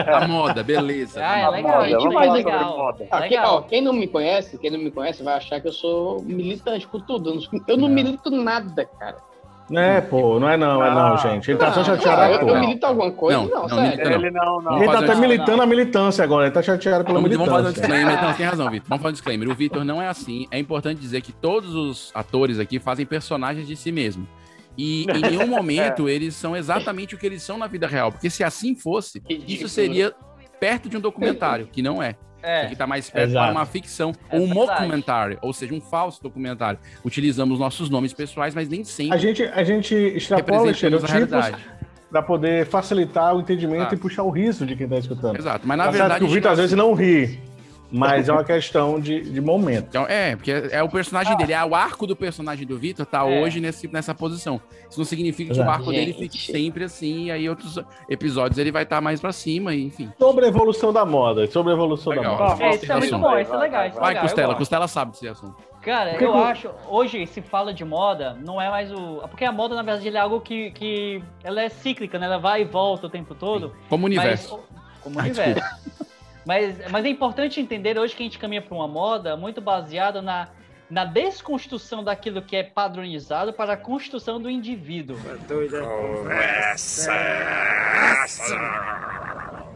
A moda, beleza. É. Ah, é Tá legal, bom. é demais, Vamos legal. falar sobre moda. Ah, quem, Legal. ó, quem não me conhece, quem não me conhece vai achar que eu sou militante com tudo. Eu não, eu não milito nada, cara. Não é, pô, não é não, é Ah. não, gente. Ele tá só Não, chateado cara, à eu, eu toa. milito alguma coisa? Não, Não, não, sério. milita não. Ele não, não. Ele Vamos tá fazer até um- militando a militância agora, ele tá chateado pela Vamos, vamos militância. fazer um disclaimer. Não, tem razão, Vitor. Vamos fazer um disclaimer. O Vitor não é assim. É importante dizer que todos os atores aqui fazem personagens de si mesmo. E em nenhum momento É. eles são exatamente o que eles são na vida real. Porque se assim fosse, isso seria perto de um documentário, que não é. É. Que tá mais perto Exato. para uma ficção, ou um mockumentary, ou seja, um falso documentário. Utilizamos nossos nomes pessoais, mas nem sempre. A gente, a gente extrapola Representamos a estereotipos realidade. para poder facilitar o entendimento Exato. e puxar o riso de quem está escutando. Exato, Tá. mas na certo verdade que o a gente Vitor tá às vezes assim- não ri, mas é uma questão de, de momento. Então, é, porque é é o personagem dele, é o arco do personagem do Vitor tá É. hoje nesse, nessa posição. Isso não significa que Exato. o arco dele Gente. fique sempre assim, e aí outros episódios ele vai estar mais pra cima, e enfim. Sobre a evolução da moda, sobre a evolução da moda. É, isso é muito bom, isso é legal. Isso é Vai, legal, eu Costela, gosto. Costela sabe desse assunto. Cara, O que eu que o- acho, hoje se fala de moda, não é mais o. Porque a moda, na verdade, ela é algo que, que. Ela é cíclica, né? Ela vai e volta o tempo todo. Como o Mas- universo. como o Ah, universo. mas, mas é importante entender hoje que a gente caminha para uma moda muito baseada na, na desconstrução daquilo que é padronizado para a construção do indivíduo.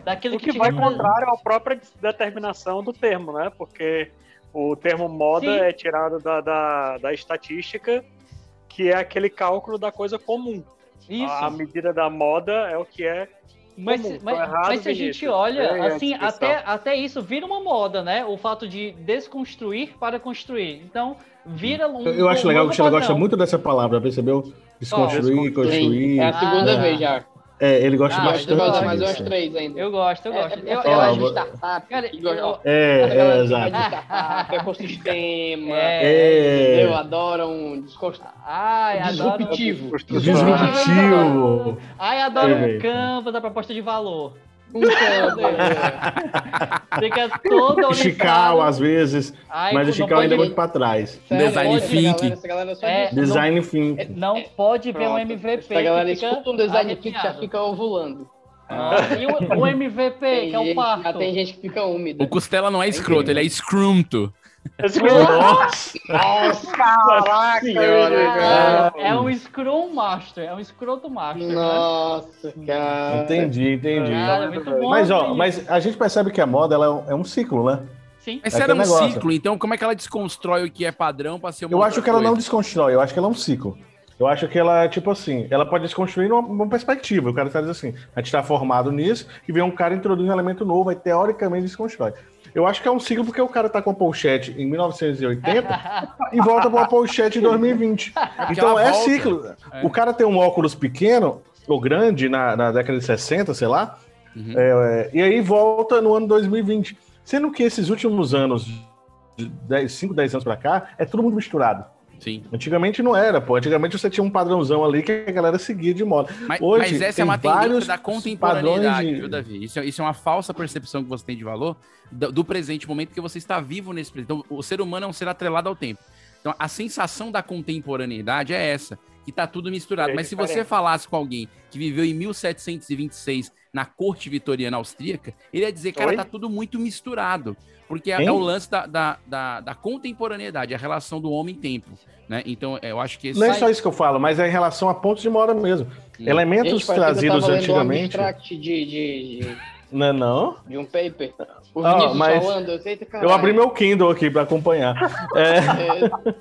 Daquilo O que que te vai representa. contrário à própria determinação do termo, né? Porque o termo moda Sim. é tirado da, da, da estatística, que é aquele cálculo da coisa comum. Isso. A medida da moda é o que é Mas, comum. Tô mas- errado, mas se a gente Vinícius? olha, É a assim, descrição. até, até isso vira uma moda, né? O fato de desconstruir para construir. Então, vira um. Eu, eu acho legal que o Sheila ela gosta muito dessa palavra, percebeu? Desconstruir, um. Ó, construir. É a segunda Ah. vez já. É, ele gosta Ah, bastante. vai usar mais disso. umas três ainda. Eu gosto, eu gosto. É, é, Eu- eu, eu acho vou- startup. que gosta- Ah, ó, É, a galera é, que exato. vai de startup, ecossistema. É. Eu adoro um desconstru... Ai, adoro- disruptivo. Disruptivo. Ai, adoro um Perfeito. campo da proposta de valor. Um campo. Fica todo Chical, orientado. às vezes, Ai, mas o não Chical ainda é pode- muito pra trás. Sério, Design olha, thinking. Galera, essa galera só É, diz- Design thinking. Não pode ver um É, Pronto. MVP. Essa galera que fica escuta um design que já arrepiado. fica ovulando. Ah, e o, o MVP, Tem que é o gente- parto. ah, tem gente que fica úmida. O Costela não é escroto, ele é escrunto. é Nossa! Nossa, Caraca, senhora, cara. cara. É um Scrum Master, é um escroto master. né? Nossa, cara. Entendi, entendi. Cara, Ah, é muito bom, mas, ó, hein? mas a gente percebe que a moda ela é um- é um ciclo, né? Sim. Mas É era um aquele negócio. ciclo, então como é que ela desconstrói o que é padrão pra ser uma Eu outra acho que ela não coisa? desconstrói, eu acho que ela é um ciclo. Eu acho que ela, tipo assim, ela pode desconstruir numa, numa perspectiva. O cara tá dizendo assim, a gente tá formado nisso, e vem um cara e introduz um elemento novo, aí teoricamente desconstrói. Eu acho que é um ciclo porque o cara tá com a pochete em 1980 e volta pra uma pochete em 2020. Então ela é volta. ciclo. É. O cara tem um óculos pequeno ou grande na, na década de 60, sei lá, é, é, e aí volta no ano 2020. Sendo que esses últimos anos, de 10, 5, 10 anos pra cá, é tudo muito misturado. Sim. Antigamente não era, pô. Antigamente você tinha um padrãozão ali que a galera seguia de moda. Mas, Hoje, mas essa é tem uma tendência vários da padrões contemporaneidade, de- viu, Davi? Isso é, isso é uma falsa percepção que você tem de valor do, do presente momento, porque você está vivo nesse presente. Então, o ser humano é um ser atrelado ao tempo. Então, a sensação da contemporaneidade é essa, que tá tudo misturado. É mas se diferente. você falasse com alguém que viveu em 1726 na corte vitoriana austríaca, ele ia dizer, cara, Oi? tá tudo muito misturado. Porque é, Hein? é o lance da, da, da, da contemporaneidade, a relação do homem-tempo. Né? Então, eu acho que esse. Não é só isso que eu falo, mas é em relação a pontos de moda mesmo. Elementos Gente, parece que eu trazidos tava lendo um antigamente. abstract de, de, de, Não é não? de um paper. O Ah, Vinícius mas falando, eu sei que Eu abri meu Kindle aqui pra acompanhar. É,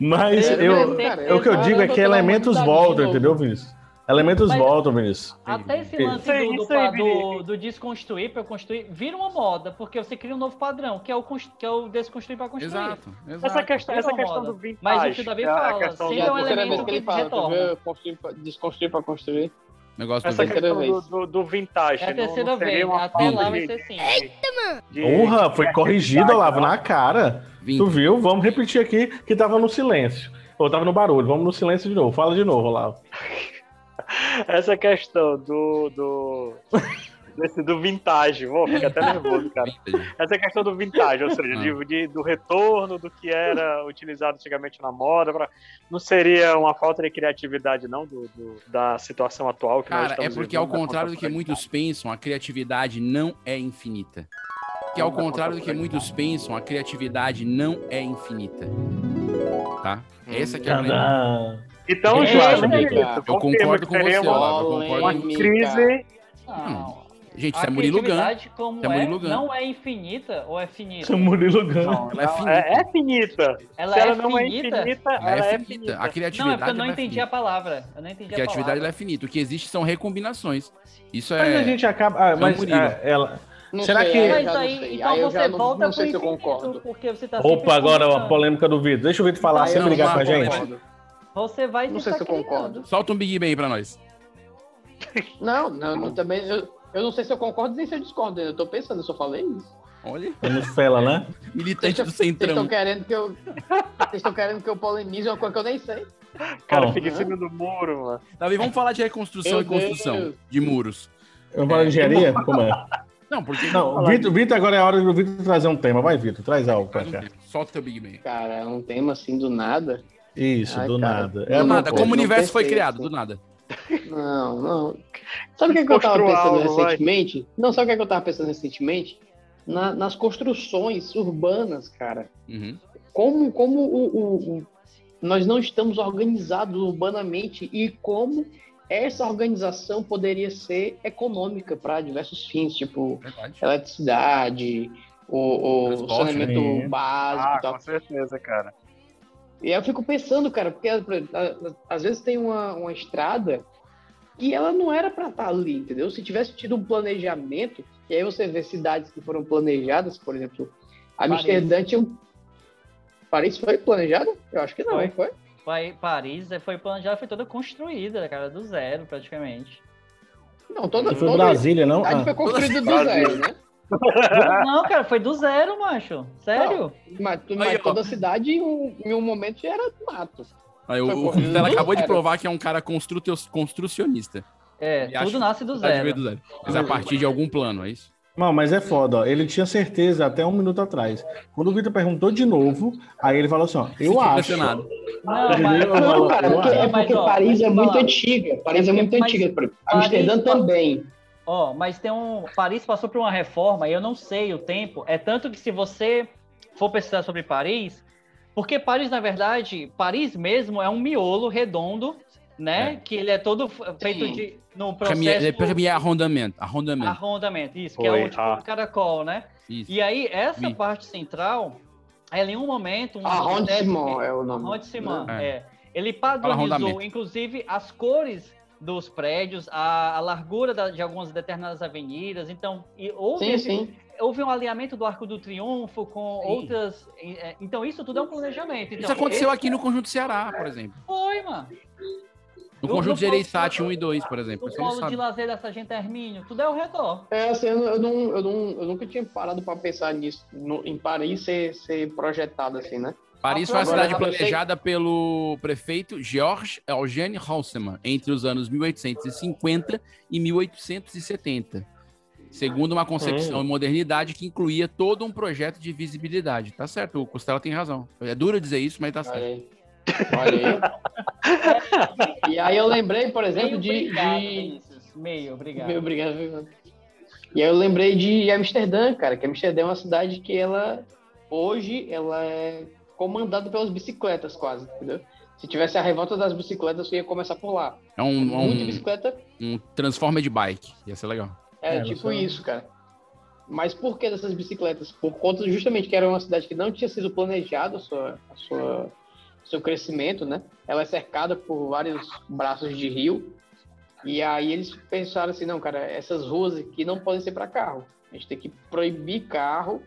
mas É, eu, cara, é o que eu cara, digo é eu que tô elementos falando de voltam, novo. entendeu, Vinícius? Elementos Mas- voltam, Vinícius. Até esse Entendi. lance Isso aí, do, do, isso aí, pa- do, do desconstruir para construir vira uma moda, porque você cria um novo padrão, que é o, cons- que é o desconstruir para construir. Exato, exato. Essa questão- Vira essa é uma questão moda. do vintage, Mas o que o Davi que é a fala, questão sempre do- é um do- elemento que, ele fala, tu retorna. vê, construir pra- desconstruir pra construir. Negócio Essa do questão do, do, do vintage. É a não- não terceira seria vez, uma até lá falta vai de- ser assim. Eita, mano! Porra, é foi corrigido, Olavo, na cara. Tu Vinte. viu? Vamos repetir aqui que tava no silêncio. Ou tava no barulho. Vamos no silêncio de novo. Fala de novo, Olavo. Essa questão do. do... Desse, do vintage, vou fica até nervoso, cara. Essa questão do vintage, ou seja, de- Ah. de- do retorno do que era utilizado antigamente na moda, pra- não seria uma falta de criatividade, não, do- do- da situação atual que nós Cara, é estamos porque, vivendo, ao da contrário do que muitos pensam, a criatividade não é infinita. Que, ao contrário do que muitos pensam, a criatividade não é infinita. Tá? Hum. Essa que é a grande- Então, Eu justamente acho, isso. É, Eu concordo com você, Teremos Olavo. Eu concordo com Uma crise. Não. Gente, A isso é Murilo Gun. criatividade, como Isso é Murilo é, Gun. não é infinita ou é finita? Não, Ela é não, finita. é, é finita. Ela Se é ela não finita? é infinita, Ela ela, é é finita. finita. A criatividade Não, é porque eu não ela é entendi finita. a palavra. Eu não entendi A a, criatividade ela palavra. é finita. O que existe são recombinações. Isso é. Mas a gente acaba. ah, é o mas Murilo. ah, ela. Não Será sei, que. é aí eu Mas já não aí, sei. então Aí eu você já não- volta não sei pro se eu concordo. Porque você tá sempre Opa, agora é ó, a contando. polêmica do Vitor. Deixa o Vitor falar Tá, eu sem não brigar com a gente. concordo. Você vai Não sei se eu concordo. Solta um Big Bang aí pra nós. Não, não, não, também. Eu, eu não sei se eu concordo nem se eu discordo. Eu tô pensando, eu só falei isso. Olha. Vamos fela, né? Militante do Vocês estão Centrão. querendo que eu. Vocês estão querendo que eu polemize uma coisa que eu nem sei. Cara, fica em cima do muro, mano. Davi, vamos falar de reconstrução Meu e construção Deus. de muros. Eu falo de engenharia? Como é? Não, porque. Não, Vitor, Vitor, agora é a hora do Vitor trazer um tema. Vai, Vitor, traz algo pra cá. Solta o teu Big Bang. Cara, é um tema assim do nada. Isso, Ai, do cara, nada. É do a nada, proposta. Como o Não universo foi pensei, criado, assim. do nada. Não, não. Sabe o que, que eu tava Construa pensando algo, vai. recentemente? Não, sabe o que, que eu tava pensando recentemente? Na- nas construções urbanas, cara. Uhum. Como, como o, o- o- nós não estamos organizados urbanamente e como essa organização poderia ser econômica para diversos fins, tipo eletricidade, o, o Transporte, saneamento né? básico e Ah, tal. com certeza, cara. E aí eu fico pensando, cara, porque por exemplo, a- a- às vezes tem uma, uma estrada que ela não era pra estar ali, entendeu? Se tivesse tido um planejamento, e aí você vê cidades que foram planejadas, por exemplo, Amsterdã tinha um. Paris foi planejada? Eu acho que não, Foi. foi. Pai- Paris é, foi planejada, foi toda construída, né, cara, do zero praticamente. Não, toda. Foi Brasília, não? cidade Ah. foi construída do Brasília. zero, né? Ah. Não, cara, foi do zero, macho. Sério? Mas, mas toda cidade em um, em um momento já era mato. Aí o, Foi o corrido Vitela do acabou de zero. provar que é um cara construteus- construcionista. É, Ele acha tudo nasce do que tá de zero. ver Mas a partir de algum plano, é isso? Não, mas é foda, ó. Ele tinha certeza até um minuto atrás. Quando o Vitor perguntou de novo, aí ele falou assim: ó, eu acho. é impressionado. Não, Entendeu? Eu Não, falo, cara, eu porque, acho. é Mas, porque ó, Paris é deixa eu muito falar. antiga. Paris é muito Mas antiga. por exemplo. Paris- é Amsterdã também. Ó, mas tem um. Paris passou por uma reforma e eu não sei o tempo. É tanto que se você for pesquisar sobre Paris, porque Paris, na verdade, Paris mesmo é um miolo redondo, né? É. Que ele é todo f- feito Sim. de. no Caminha- processo. é Permear arrondamento. Arrondamento. Arrondamento, isso, que Foi, é o tipo ah. do caracol, né? Isso. E aí, essa Vi. parte central, ela em um momento. Um Arrondissement Ah, é o nome, Arrondissement, né? é. Ele arrondamento. padronizou, inclusive, as cores dos prédios, a, a largura da- de algumas determinadas avenidas. Então, e houve, Sim, esse- sim. houve um alinhamento do Arco do Triunfo com Sim. outras. e, é, Então, isso tudo é um planejamento. Então, Isso aconteceu esse- aqui no Conjunto Ceará, por exemplo. Foi, mano. No No- Conjunto no- Gereissati 1 e 2, por exemplo. O Você não polo de sabe. lazer da Sargento Hermínio, tudo é ao redor. É, assim, eu, não- eu, não, eu, não, eu nunca tinha parado pra pensar nisso, no- em Paris ser, ser projetado assim, né? Paris foi uma Agora, cidade eu sei- planejada pelo prefeito Georges Eugène Haussmann entre os anos 1850 e 1870, segundo uma concepção Hum. de modernidade que incluía todo um projeto de visibilidade. Tá certo, o Costela tem razão. É duro dizer isso, mas tá certo. E aí eu lembrei, por exemplo, Meio de. obrigado, de... Vinícius. Meio obrigado. Meu, obrigado. E aí eu lembrei de Amsterdã, cara, que Amsterdã é uma cidade que ela. Hoje ela é comandada pelas bicicletas, quase, entendeu? Se tivesse a revolta das bicicletas, eu ia começar por lá. É um, é Muita um, bicicleta, um Transformer de bike. Ia ser legal. É, É, tipo você- isso, cara. Mas por que dessas bicicletas? Por conta justamente que era uma cidade que não tinha sido planejada a sua, a sua- seu crescimento, né? Ela é cercada por vários braços de rio. E aí eles pensaram assim, não, cara, essas ruas aqui não podem ser para carro. A gente tem que proibir carro.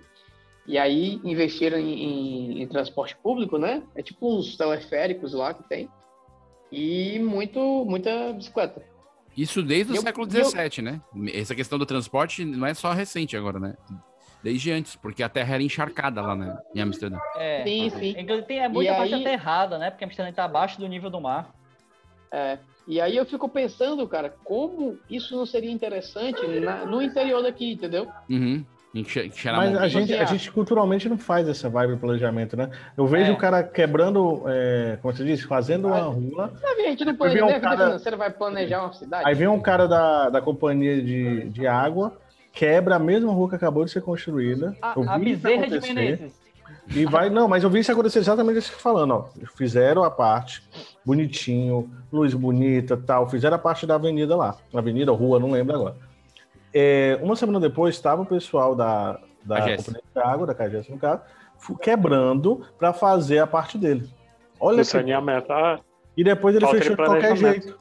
E aí investiram em, em- em transporte público, né? É tipo uns teleféricos lá que tem. E muito, muita bicicleta. Isso desde o Eu- século eu- XVII, né? Essa questão do transporte não é só recente agora, né? Desde antes, porque a terra era encharcada lá né? em Amsterdã. É. Sim, sim. Inclusive, tem é muita E parte aí- aterrada, né? Porque Amsterdã está abaixo do nível do mar. É, e aí eu fico pensando, cara, como isso não seria interessante na- no interior daqui, entendeu? Uhum. Em Xe- em Xeramon. Mas a gente, a gente culturalmente não faz essa vibe de planejamento, né? Eu vejo É. o cara quebrando, é, como você diz, fazendo uma rua. Sabe, a gente não Vai ver planeja, um né? A vida cara- financeira vai planejar uma cidade. Aí vem um cara da, da companhia de, de água, quebra a mesma rua que acabou de ser construída. Ah, tá A, Eu a vi isso Bezerra é de acontecer. Menezes. E vai, não, mas eu vi isso acontecer exatamente isso que eu tô falando, ó. Fizeram a parte, bonitinho, luz bonita tal, fizeram a parte da avenida lá. Avenida, rua, não lembro agora. É, uma semana depois, estava o pessoal da, da Cagés. Companhia de Água, da Cagés, no caso, fu- quebrando para fazer a parte dele. Olha Do que- saneamento. Ah, E depois ele falta fechou de qualquer planejamento. jeito.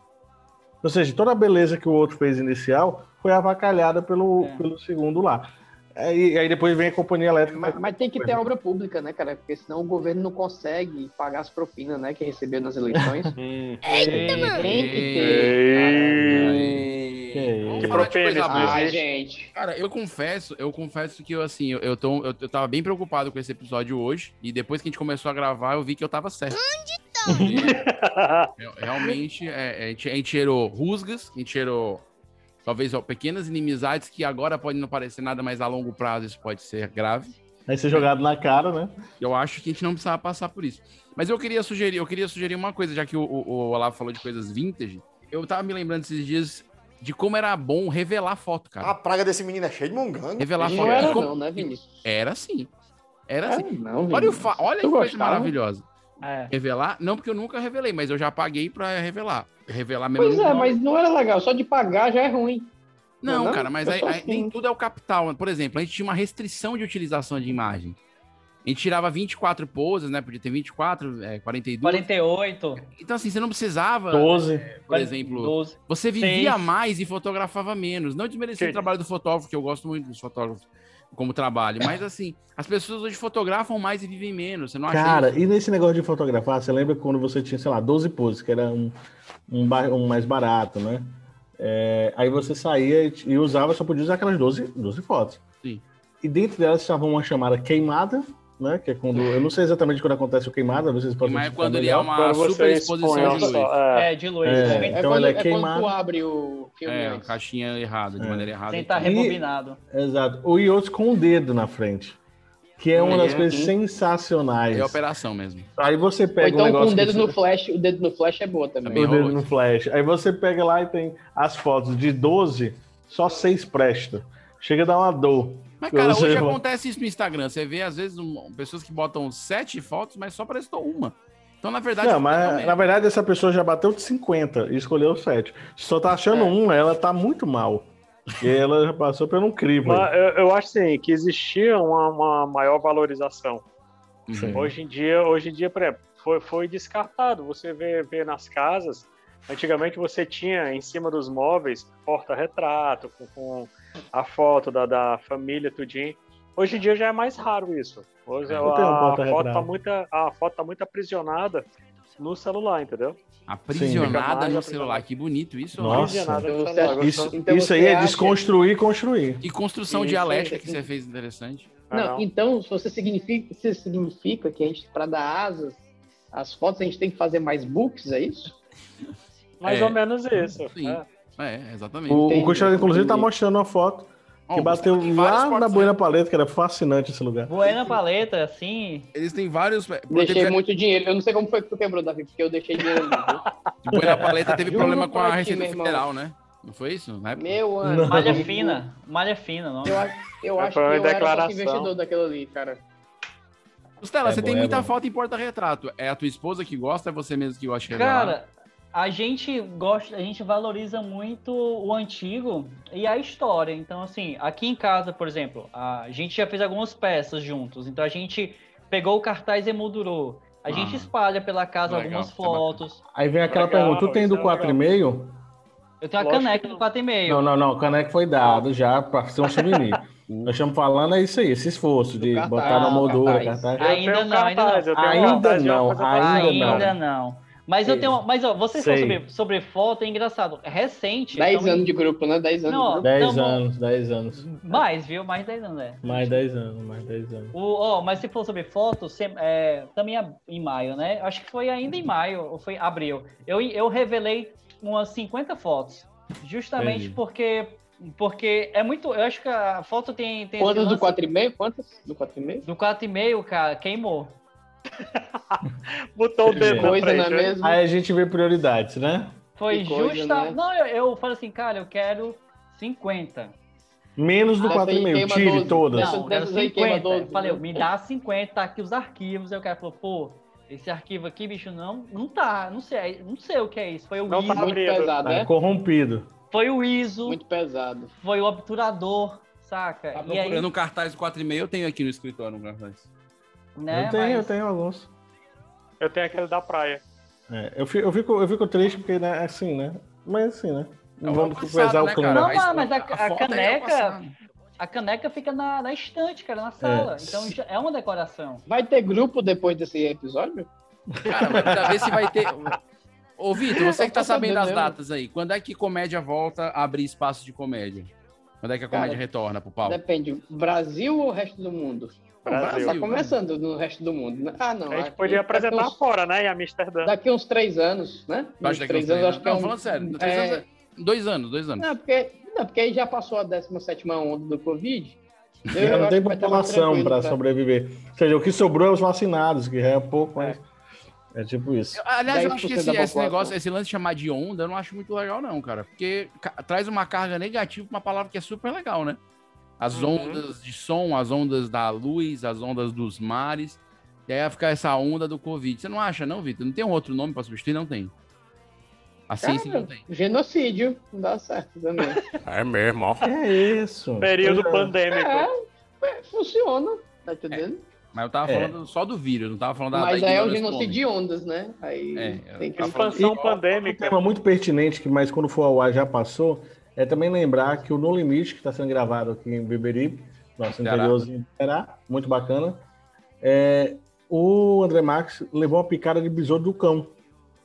Ou seja, toda a beleza que o outro fez inicial foi avacalhada pelo, pelo segundo lá. Aí, aí depois vem a companhia elétrica. Mas, mas tem que é. ter obra pública, né, cara? Porque senão o governo não consegue pagar as propinas, né, que recebeu nas eleições. hum. Eita, mano. Tem que ter. Vamos Que falar de propina, coisa isso não boa. existe. Cara, eu confesso, eu confesso que eu, assim, eu, eu, tô, eu, eu tava bem preocupado com esse episódio hoje. E depois que a gente começou a gravar, eu vi que eu tava certo. Onde Realmente, é, é, a, gente, a gente gerou rusgas, a gente gerou talvez ó, pequenas inimizades que agora podem não parecer nada, mas a longo prazo isso pode ser grave. Aí ser jogado na cara, né? Eu acho que a gente não precisava passar por isso. Mas eu queria sugerir, eu queria sugerir uma coisa, já que o, o, o Olavo falou de coisas vintage. Eu tava me lembrando esses dias de como era bom revelar foto, cara. Ah, A praga desse menino é cheia de mongango. Revelar Não foto. era E como- não, né, Vinícius? Era sim. Era Era assim. não, olha o Vinícius. fa- olha que Tu coisa gostava? maravilhosa. É. Revelar? Não, porque eu nunca revelei, mas eu já paguei pra revelar. Revelar mesmo. Pois eu é, não- mas não era legal. Só de pagar já é ruim. Não, cara, mas Eu aí- sou aí assim. nem tudo é o capital. Por exemplo, a gente tinha uma restrição de utilização de imagem. A gente tirava 24 poses, né? Podia ter 24, é, 42. 48. Então, assim, você não precisava. 12. é, por exemplo, você Seis. vivia mais e fotografava menos. Não desmerecendo o Sim. trabalho do fotógrafo, que eu gosto muito dos fotógrafos como trabalho, mas assim, as pessoas hoje fotografam mais e vivem menos. Você não acha Cara, isso? e nesse negócio de fotografar, você lembra quando você tinha, sei lá, 12 poses, que era um, um, ba- um mais barato, né? É, aí você saía e, e usava, só podia usar aquelas 12, 12 fotos. Sim. E dentro delas estava uma chamada queimada, né? Que é quando. Eu não sei exatamente quando acontece o queimada, vocês podem Mas é explicar quando ele é melhor. uma Quando você super exposição um expõe de a luz. sua- é. É, de luz. É, né? então ela é queimada. tu abre o filme É, a antes. caixinha errada, de É. maneira errada. então, Sem estar E- tá rebobinado. Exato. Ou e outros com o dedo na frente. Que é uma Uhum. das coisas sensacionais. É operação mesmo. Aí você Ou pega um então com negócio. o que dedo você- no flash. O dedo no flash é boa também. O dedo no flash. Aí você pega lá e tem as fotos de 12, só 6 presta. Chega a dar uma dor. Mas, cara, Você hoje fala, acontece isso no Instagram. Você vê, às vezes, um- pessoas que botam sete fotos, mas só prestou uma. Então, na verdade, Não, fica mas merda. na verdade essa pessoa já bateu de 50 e escolheu 7. Só tá achando um, ela tá muito mal. E ela já passou por um crivo. aí. Mas eu, eu acho assim, que existia uma, uma maior valorização. Sim. Hoje em dia, hoje em dia, por exemplo, foi, foi descartado. Você vê, vê nas casas, antigamente você tinha em cima dos móveis porta-retrato, com, com a foto da, da família, tudinho. Hoje em dia já é mais raro isso. Hoje Eu tenho um a, foto tá porta-retrato. muito, a foto tá muito aprisionada no celular, entendeu? Aprisionada Sim. no celular. Que bonito isso. Nossa. Aprisionada no Então, celular. você acha- Isso, Então isso você aí é acha- desconstruir e construir. E construção Isso, dialética que isso. você fez interessante. Ah, Não, então, se você significa, se significa que a gente, para dar asas, as fotos a gente tem que fazer mais books, é isso? Mais É. ou menos isso. Sim. é. É, exatamente. O, o Cristiano, inclusive, tá mostrando uma foto que Ó, né? bateu tem várias lá na fotos, Buena Paleta, que era fascinante esse lugar. Boa paleta, assim. Eles têm vários. Deixei muito dinheiro. Eu não sei como foi que tu quebrou, Davi, porque eu deixei dinheiro ali. Depois na paleta teve Juro problema com a pra ti, Receita meu irmão. Federal, né? Não foi isso? Na época? Meu ano. Não. Malha fina. Malha fina, não. Eu, acho- eu É, acho que foi uma eu era declaração. só investidor daquilo ali, cara. Então, Costela, É você bom, tem é muita bom. foto em porta-retrato. É a tua esposa que gosta, é você mesmo que gosta de revelar? Cara, a gente gosta, a gente valoriza muito o antigo e a história. Então, assim, aqui em casa, por exemplo, a gente já fez algumas peças juntos. Então, a gente pegou o cartaz e emoldurou. A Ah. gente espalha pela casa Legal, algumas isso é bacana. fotos. Aí vem aquela Legal, pergunta: tu tem do isso é 4,5? Eu tenho a Lógico caneca do 4,5. Não, não, não. O caneco foi dado já para ser um souvenir. Nós estamos falando é isso aí, esse esforço de cartaz, botar na moldura, cartaz. cartaz. Ah, um Ainda não, ainda não. Ainda não, ainda não. Ainda não. Mas eu Sei. tenho. Mas ó, vocês falam Sei. sobre, sobre foto, é engraçado. É Recente. 10 então- anos de grupo, né? 10 anos de Não, grupo. 10 tamo- anos, 10 anos. Mais, viu? Mais 10 anos, é. Mais 10 anos, mais 10 anos. O, ó, mas se for sobre foto, sem- é, também é em maio, né? Acho que foi ainda em maio, ou foi abril. Eu, eu revelei umas 50 fotos. Justamente Entendi. porque. Porque é muito. Eu acho que a foto tem. tem Quantas do esse lance- 4,5? Quantas? Do 4,5? Do 4,5, cara, queimou. Botou o dedo na Coisa, frente, não é né? mesmo? Aí a gente vê prioridades, né? Foi Que coisa, justa. né? Não, eu, eu falo assim, cara, eu quero 50. Menos do Ah, 4,5, queima tire 12. todas. Não, eu quero Dessas aí queima 50. 12, Eu falei, né? me dá 50, tá aqui os arquivos. Aí o cara falou, pô, esse arquivo aqui, bicho, não, não tá, não sei, não sei o que é isso. Foi o Não ISO. tá Muito abrindo. pesado, né? É Corrompido. Foi o ISO. Muito pesado. Foi o obturador, saca? Tá e aí, procurando um cartaz do 4,5, eu tenho aqui no escritório um cartaz. né, eu tenho, mas- eu tenho alguns. Eu tenho aquele da praia. É, eu, fico, eu, fico, eu fico triste porque né, é assim, né? Mas assim, né? Não É o vamos passado, pesar o né, clima. Não, mas, mas a, a foto aí é caneca. A caneca fica na, na estante, cara, na sala. Então já é uma decoração. Vai ter grupo depois desse episódio? Cara, mas pra ver se vai ter. Ô, Vitor, você que tá sabendo das datas aí, quando é que comédia volta a abrir espaço de comédia? Quando é que a comédia Cara, retorna pro palco? Depende, Brasil ou o resto do mundo? Brasil. Tá começando no resto do mundo. né? Ah, não. A gente aqui- podia daqui apresentar uns- fora, né? Em Amsterdã. Daqui uns três anos, né? Uns Acho que daqui uns três anos. Não, falando sério, três anos é- dois anos, dois anos. um Não, porque, não, porque aí já passou a 17 onda do Covid. Eu não acho tem que vai estar mais população tranquilo tá? para sobreviver. Ou seja, o que sobrou é os vacinados, que já é pouco, mas é tipo isso. Aliás, eu acho que 10% esse, da esse população. negócio, esse lance de chamar de onda, eu não acho muito legal, não, cara. Porque ca- traz uma carga negativa pra uma palavra que é super legal, né? As Uhum. ondas de som, as ondas da luz, as ondas dos mares. E aí vai ficar essa onda do Covid. Você não acha, não, Vitor? Não tem um outro nome pra substituir? Não tem. A ciência Cara, não tem. Genocídio, não dá certo também. É mesmo, ó. É isso. Período pandêmico. É, é, funciona, tá entendendo? Mas eu tava É. falando só do vírus, não tava falando da. Mas da aí é o ignorância do genocídio homem. de ondas, né? Aí É, tem que... Expansão Um pandêmica. tema muito pertinente, que mas quando for ao ar já passou, é também lembrar que o No Limite, que está sendo gravado aqui em Beberibe, nosso Ceará. interiorzinho do Ceará, muito bacana, é, o André Max levou uma picada de besouro do cão.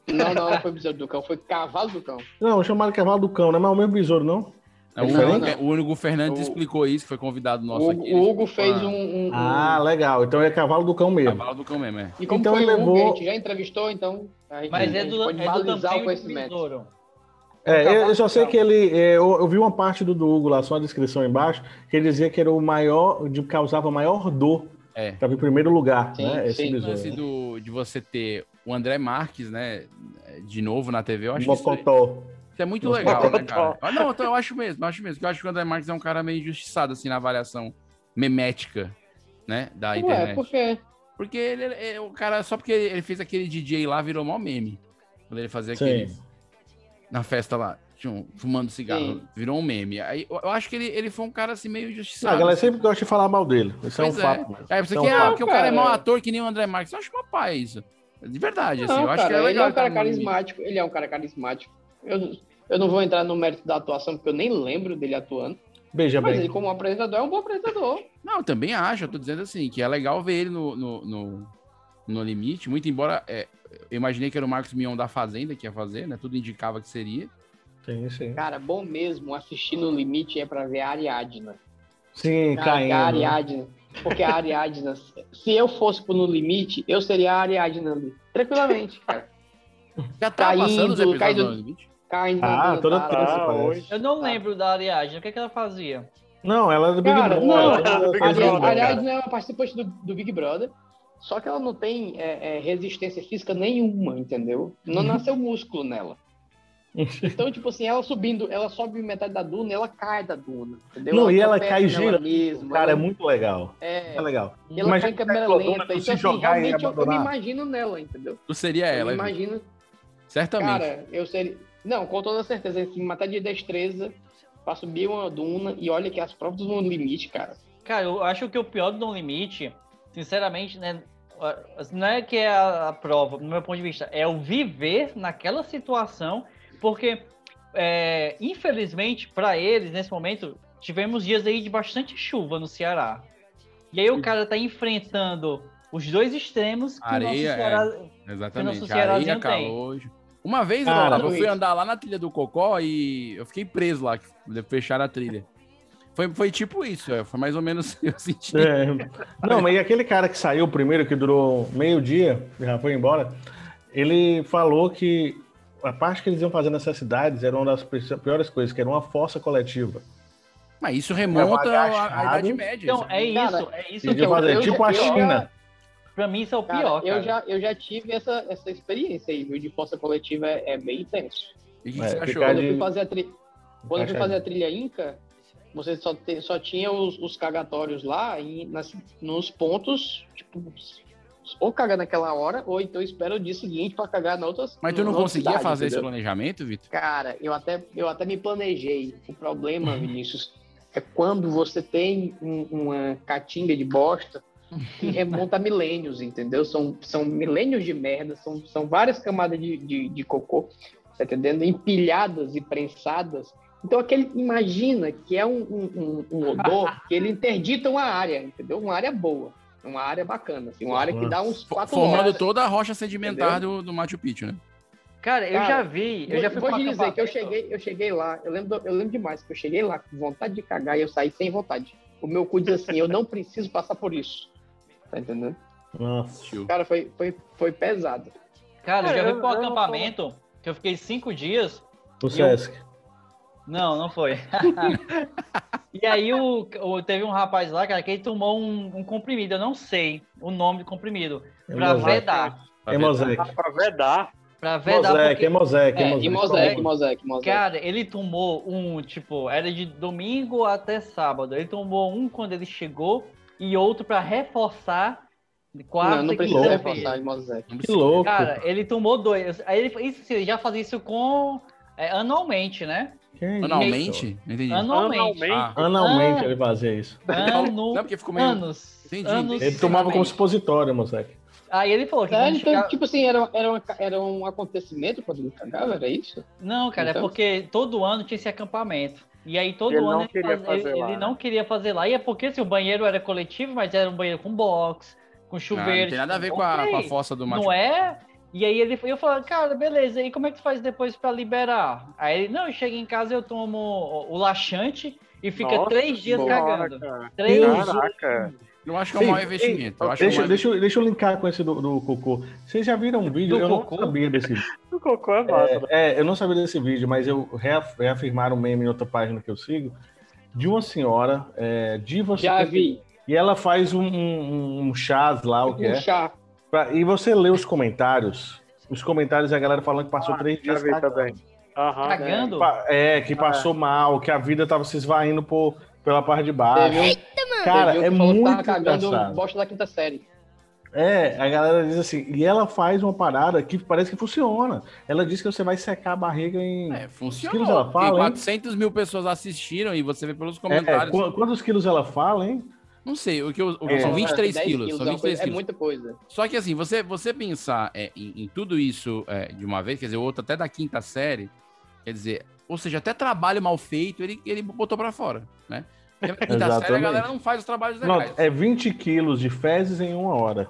Não, não, não foi besouro do cão, foi cavalo do cão. Não, chamaram de cavalo do cão, não é mais o mesmo besouro, não? É, o, diferente? Hugo- o Hugo Fernandes explicou isso, que foi convidado nosso O- aqui. o ele É Hugo explicou fez na- um- um- Ah, legal. Então é cavalo do cão mesmo. Cavalo do cão mesmo, é. E como Então foi o levou- Hugo, que a gente já entrevistou, então a gente, Mas a é gente do, é pode do valorizar o tamanho do conhecimento. besouro. É, eu, eu só sei Não. que ele. é, eu, eu vi uma parte do, do Hugo lá, só a descrição embaixo, que ele dizia que era o maior, de, causava maior dor. É. Tava em primeiro lugar, Sim, né? Esse sim. besouro. Lance do- de você ter o André Marques, né? De novo na TV, eu acho que isso, Mocotó. isso é muito Mocotó. legal, né, cara? Ah, Não, então eu acho mesmo, eu acho mesmo. que Eu acho que o André Marques é um cara meio injustiçado, assim, na avaliação memética, né? Da Ué, internet. por quê? Porque ele, é- o cara, só porque ele fez aquele DJ lá, virou mó meme. Quando ele fazia Sim. aquele. Na festa lá, tinha um fumando cigarro, virou um meme. Aí eu eu acho que ele, ele foi um cara assim meio Ah, injustiçado. a galera assim. sempre gosta de falar mal dele. Isso é um Pois fato. mesmo. É, você Isso que, um ah, fato. porque o cara é mau cara. ator que nem o André Marques. Eu acho uma paz isso. De verdade, assim. Não, eu acho cara, que é legal. ele é um estar cara no limite. carismático, ele é um cara carismático. Eu, eu não vou entrar no mérito da atuação, porque eu nem lembro dele atuando. Beija mas bem. ele, como apresentador, é um bom apresentador. Não, eu também acho. Eu tô dizendo assim, que é legal ver ele no, no, no, no limite. Muito embora é, eu imaginei que era o Marcos Mion da Fazenda que ia fazer, né? Tudo indicava que seria. é. Sim, sim. Cara, bom mesmo assistir no limite é pra ver a Ariadna. Sim, Cara, caindo. A Ariadna. Porque a Ariadna, se eu fosse pro No Limite, eu seria a Ariadna ali. Tranquilamente, cara. Já tá passando os episódios caindo, do No Limite? Caindo Ah, na- toda na- Tá, terça, na- parece. Eu não Tá. lembro da Ariadne. O que, é que ela fazia? Não, ela é do Big Cara, Brother. não, ela é do Big aliás, Brother, aliás, cara. né, é uma participante do, do Big Brother, só que ela não tem é, é, resistência física nenhuma, entendeu? Uhum. Não nasceu músculo nela. Então, tipo assim, ela subindo, ela sobe metade da duna e ela cai da duna, entendeu? tá Não, e ela tropeça cai nela girando. mesmo, Cara, é ela- muito legal. É, É legal. E ela cai em câmera Clodona, lenta, tu então se assim, jogar e realmente eu, eu me abandonar. É, imagino nela, entendeu? Tu seria Eu ela, me viu? imagino, certamente. cara, eu seria... Não, com toda certeza, assim, matar de destreza pra subir uma duna e olha que as provas no limite, cara. Cara, eu acho que o pior do No Limite, sinceramente, né? assim, Não é que é a, a prova, no meu ponto de vista, é o viver naquela situação, porque é, infelizmente para eles, nesse momento, tivemos dias aí de bastante chuva no Ceará. E aí o cara tá enfrentando os dois extremos que Areia, o nosso Ceará. é. Exatamente. nosso Ceará Areia, não tem. calor. Uma vez, Cara, Lola, eu Luiz. fui andar lá na trilha do Cocó e eu fiquei preso lá, que fecharam a trilha. Foi, foi tipo isso, é, foi mais ou menos eu senti. É. Não, mas e aquele cara que saiu primeiro, que durou meio dia, já foi embora, ele falou que a parte que eles iam fazer nessas cidades era uma das pri- piores coisas, que era uma força coletiva. Mas isso remonta Tava à- à agachado. Idade Média. Então, é Cara, isso, é isso Ele que eu, fazia eu tipo já- a eu já- China. Pra mim, isso é o Cara, pior, cara. Eu, já, eu já tive essa, essa experiência aí, viu? De força coletiva é, é bem intenso. E o que, É, você achou? ficar Quando eu fui de- fazer a, tri... Quando eu fui Encaixadinho. fazer a trilha Inca, você só, te- só tinha os, os cagatórios lá e nas- nos pontos, tipo, ou cagar naquela hora, ou então espera o dia seguinte pra cagar na outra. Mas tu na não outra conseguia cidade, fazer esse entendeu? planejamento, Vitor? Cara, eu até, eu até me planejei. O Uhum. problema, Vinícius, é quando você tem um- uma catinga de bosta que remonta a milênios, entendeu? São, são milênios de merda, são, são várias camadas de, de, de cocô, tá entendendo? Empilhadas e prensadas Então aquele imagina que é um, um- um- um odor que ele interdita uma área, entendeu? Uma área boa, uma área bacana, assim, uma área que dá uns Fo- quatro Formando horas. toda a rocha sedimentar Entendeu? do, do Machu Picchu, né? Cara, eu Cara, já vi, eu vou- já fui vou pra então. te dizer que eu acampamento. cheguei, eu cheguei lá, eu lembro, eu lembro demais que eu cheguei lá com vontade de cagar e eu saí sem vontade. O meu cu diz assim, eu não preciso passar por isso. Tá entendendo? Cara, foi, foi, foi pesado. Cara, eu já eu- fui para eu um não tô- acampamento que eu fiquei cinco dias. O e eu- Sesc. Não, não foi. e aí o, o- teve um rapaz lá, cara, que ele tomou um, um comprimido, eu não sei o nome do comprimido, pra Hemosec. vedar. Hemosec. Pra vedar. Pra vedar. Mosaic, porque- é mosaic, É, é e mosaic. mosaic, Cara, ele tomou um, tipo, era de domingo até sábado. Ele tomou um quando ele chegou e outro pra reforçar de quarta não, não e precisa quinta-feira. reforçar de mosaic. Que louco. Cara, ele tomou dois. Aí ele, isso, assim, ele já fazia isso com é, anualmente, né? Anualmente? Ah, Não entendi. Anualmente. Ah. Anualmente Ah. ele fazia isso. é Ano, anos. anos Ele tomava como supositório, mosaic. Aí ele falou que É, quando então, chegava- tipo assim, era, era, uma- era um acontecimento quando ele cagava, era isso? Não, cara, Então? é porque todo ano tinha esse acampamento. E aí todo Ele não ano queria faz- fazer ele, lá, ele né? não queria fazer lá. E é porque assim, o banheiro era coletivo, mas era um banheiro com box, com chuveiro. Ah, não tem nada a ver tipo, com a- ok, com a fossa do Machu Não é? E aí ele, eu falei, cara, beleza, e como é que tu faz depois pra liberar? Aí ele, não, eu chego em casa, eu tomo o, o laxante e fica Nossa três dias senhora, cagando. cara. Três né? Caraca. Eu acho que é um mau Ei, investimento, ei, eu acho que é um deixa, mau deixa, eu- deixa eu linkar com esse do, do Cocô. Vocês já viram um vídeo? Do eu Cocô? não sabia desse vídeo. O cocô é massa, né? É, é, eu não sabia desse vídeo, mas eu reaf- reafirmaram um meme em outra página que eu sigo de uma senhora, é, diva. Já vi. E ela faz um, um, um chás lá, o que Um é. chá. pra- e você lê os comentários. Os comentários a galera falando que passou três dias vi cagando. É. Aham. Cagando? Pa- É, que passou mal, que a vida tava se esvaindo por, pela parte de baixo. Ah, um- Cara, é muito Tava cagando engraçado. bosta da quinta série. É, a galera diz assim, e ela faz uma parada que parece que funciona. Ela diz que você vai secar a barriga em. É, Funcionou. Quilos ela Tem fala, hein? 400 mil pessoas assistiram e você vê pelos É, comentários. qu- quantos quilos ela fala, hein? Não sei, o que eu, o que É. são 23 10 quilos. São é uma 23 coisa- é quilos. muita coisa. Só que assim, você, você pensar é, em, em tudo isso é, de uma vez, quer dizer, o outro até da quinta série, quer dizer, ou seja, até trabalho mal feito, ele, ele botou pra fora, né? Porque Na quinta série a Exatamente. galera não faz os trabalhos Não, legais. é 20 quilos de fezes em uma hora.